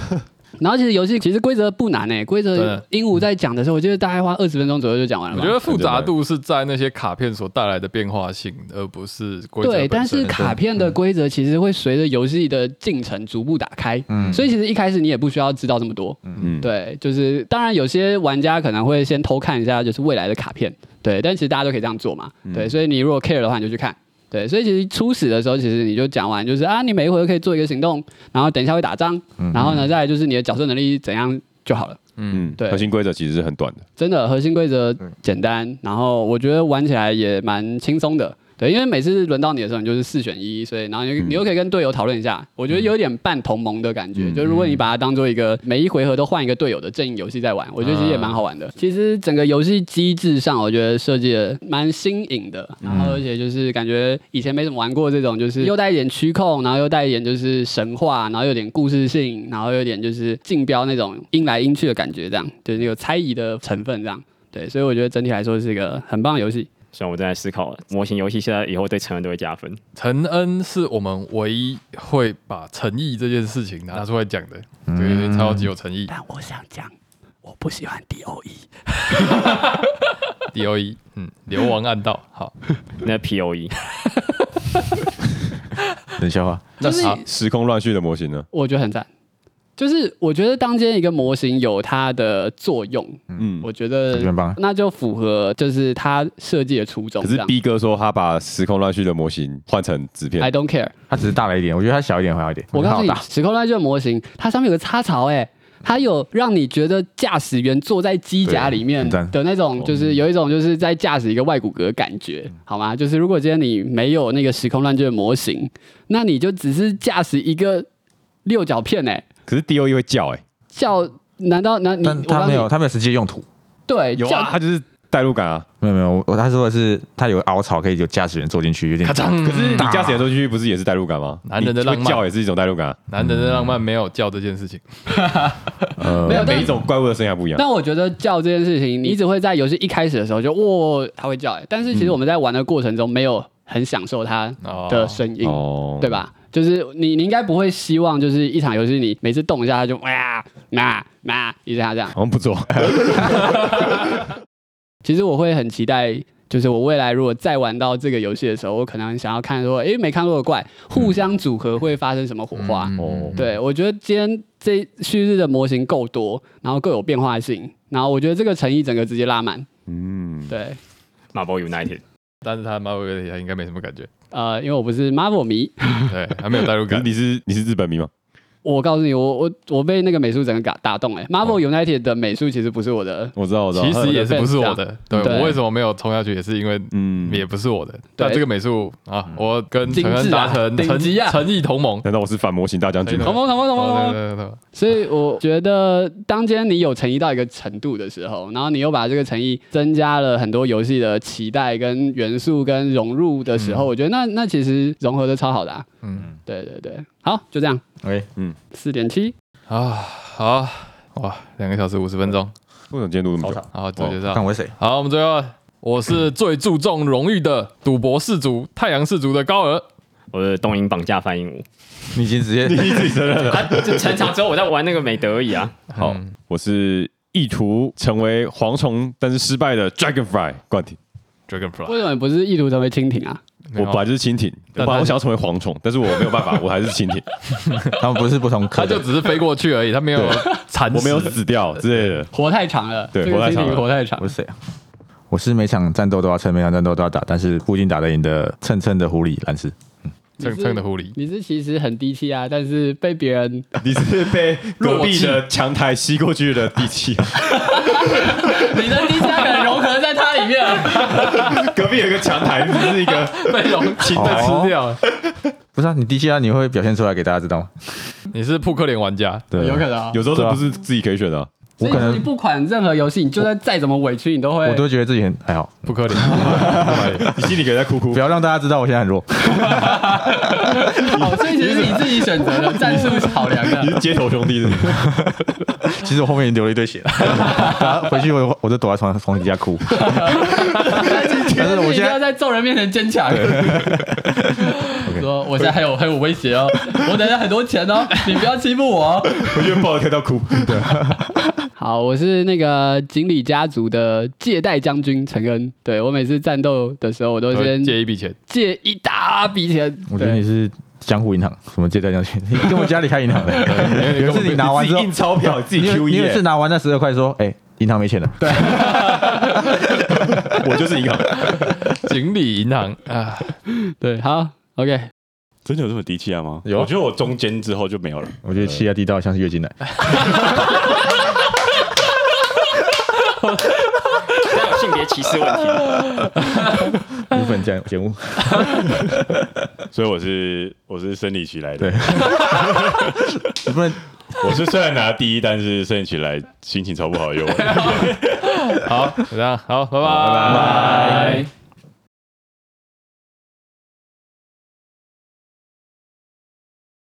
然后其实游戏其实规则不难诶、规真则的鹦鹉在讲的时候，我觉得大概花二十分钟左右就讲完了我吧。觉得复杂度是在那些卡片所带来的变化性，而不是规则本对，身。嗯但是卡片的规则其实会随着游戏的进程逐步打开，嗯，所以其实一开始你也不需要知道这么多，嗯，对，就是当然有些玩家可能会先偷看一下就是未来的卡片，对，但其实大家都可以这样做嘛，嗯对，所以你如果 care 的话你就去看。对，所以其实初始的时候，其实你就讲完，就是啊，你每一回都可以做一个行动，然后等一下会打仗，嗯然后呢，再来就是你的角色能力怎样就好了。嗯，对核心规则其实是很短的，真的核心规则简单，然后我觉得玩起来也蛮轻松的。对，因为每次轮到你的时候，你就是四选一，所以然后你就你又可以跟队友讨论一下，我觉得有点半同盟的感觉。就如果你把它当做一个每一回合都换一个队友的阵营游戏在玩，我觉得其实也蛮好玩的。其实整个游戏机制上，我觉得设计的蛮新颖的，然后而且就是感觉以前没怎么玩过这种，就是又带一点区控，然后又带一点就是神话，然后有点故事性，然后有点就是竞标那种阴来阴去的感觉，这样就是有猜疑的成分这样。对，所以我觉得整体来说是一个很棒的游戏。所以我正在思考，模型游戏现在以后对成人都会加分。陈恩是我们唯一会把诚意这件事情拿出来讲的，对，超级有诚意。但我想讲，我不喜欢 D O E。 D O E，嗯，流亡暗道，好，那 P O E <laughs> 冷笑话。那就是时时空乱序的模型呢？我觉得很赞。就是我觉得当今天一个模型有它的作用，嗯，我觉感觉得很棒那就符合就是它设计的初衷。可是这样 B 哥说他把时空乱序的模型换成纸 I 片， don't care。它只是大了一点，我觉得它小一点会好一点。我告诉你它好，时空乱卷模型它上面有个插槽、哎，它有让你觉得驾驶员坐在机甲里面对很赞的那种，就是有一种就是在驾驶一个外骨骼的感觉，嗯好吗？就是如果今天你没有那个时空乱卷模型，那你就只是驾驶一个六角片、哎，可是 D O E 会叫哎，叫难道难你大，但我告它诉没你有，它没有实际用途。对有叫啊，他就是代入感啊。没有没有，我我他说的是它有凹槽可以有驾驶员坐进去，有点咔可是嚓你。驾驶员坐进去不是也是代入感吗？嗯男人的你会浪漫叫也是一种代入感啊，男人的浪漫没有叫这件事情，呃没有但每一种怪物的声音还不一样。但我觉得叫这件事情，你只会在游戏一开始的时候就哇，它会叫、哎，但是其实我们在玩的过程中没有很享受它哦的声音，嗯哦对？吧？就是你，你应该不会希望，就是一场游戏，你每次动一下，它就哇嘛嘛一下这样。 <laughs> 好像不错，其实我会很期待，就是我未来如果再玩到这个游戏的时候，我可能想要看说，诶，没看过的怪互相组合会发生什么火花。哦，对，我觉得今天这旭日的模型够多，然后够有变化性，然后我觉得这个诚意整个直接拉满。嗯，对， Marvel United <laughs> 但是他妈我他应该没什么感觉，呃，因为我不是 Marvel 迷， <laughs> 对，还没有代入可是感。你是你是日本迷吗？我告诉你，我我我被那个美术整个打打动哎、欸、，Marvel 哦 United 的美术其实不是我的，我知道，我知道。其实也是不是我我的的，对对我为什么没有冲下去，也是因为嗯也不是我的。但这个美术啊，我跟精陈致啊恩达成顶诚级啊诚意同盟。难道我是反模型大将对军吗同？盟同盟同盟同哦盟。对对对对所以我觉得，当今天你有诚意到一个程度的时候，然后你又把这个诚意增加了很多游戏的期待跟元素跟融入的时候，我觉得那那其实融合的超好的、啊。嗯嗯，对对对，好，就这样， OK，四点七，啊，好哇，两个小时五十分钟，为什么今天录那么久？好，这就这看样。我是谁？好，我们最后，啊我是最注重荣誉的赌博氏族、太阳氏族的高尔。我的东瀛绑架翻译舞，你已经直 <laughs> 接啊，就成长之后我在玩那个美德而已 <laughs> 啊，好，嗯我是意图成为蝗虫但是失败的 Dragonfly 冠廷。 Dragonfly，为什么不是意图成为蜻蜓啊？没我有本来就是蜻蜓，我但本来他我想要成为蝗虫，但是我没有办法，我还是蜻 <laughs> 蜓，他们不是不同他科就的，只是飞过去而已，他没有惨死，我没有死掉之类 <laughs> 的。活太长了，对这个活太长蜻蜓了活太长我。是谁啊？我是每场战斗都要撑，每场战斗都要打，但是不一定打得赢的蹭蹭的狐狸蓝斯。蹭蹭的狐狸。你是其实很低气啊，但是被别 <laughs> 人你是被隔壁的墙台吸过去的地气， <laughs> 你的低气压可能融合在它里面了。隔壁有一个墙台，你是一个 <laughs> 被龙青的吃掉了，不是啊，你 DCR 你会表现出来给大家知道吗？你是扑克脸玩家，对，有可能啊有时候这不是自己可以选 <laughs> 的啊。所我以可说你能不管任何游戏，你就算再怎么委屈，你都会我都觉得自己很还好，扑克 <laughs> 脸。你心里可以在哭哭不。要让大家知道我现在很弱。好，哦所以其实你自己选择的战术考量 <laughs> 你的。是街头兄弟是不是？其实我后面已经流了一堆血了，然 <laughs> 后回去我我就躲在床床底下 <laughs> 哭。但是我现在要在众人面前坚强。 <laughs> 说我现在还有还有威胁哦，我等下很多钱哦，你不要欺负我。哦我觉得不好看到哭。对，好，我是那个锦鲤家族的借贷将军陈恩。对我每次战斗的时候，我都先借一笔钱，借一大笔钱。我觉得你是江湖银行，什么借贷将军， <laughs> 你跟我家里开银行的。有一 <laughs> 次你拿完之后印钞 <laughs> 票，自己你 Q E 有你有一次一，拿完那十二块说，哎，银行没钱了。E 对，我就是银行。锦鲤银行啊，对，好，OK， <laughs> 真的有这么低气压吗？有啊我觉得我中间之后就没有了。我觉得气压低到像是 <laughs> 月经来。那有性别歧视问题。无粉节节目，所以我是我是生理期来的对，你不能我是虽然拿第一，但是生理期来 <laughs> 心情超不好，有。好，就这样好，拜拜。拜。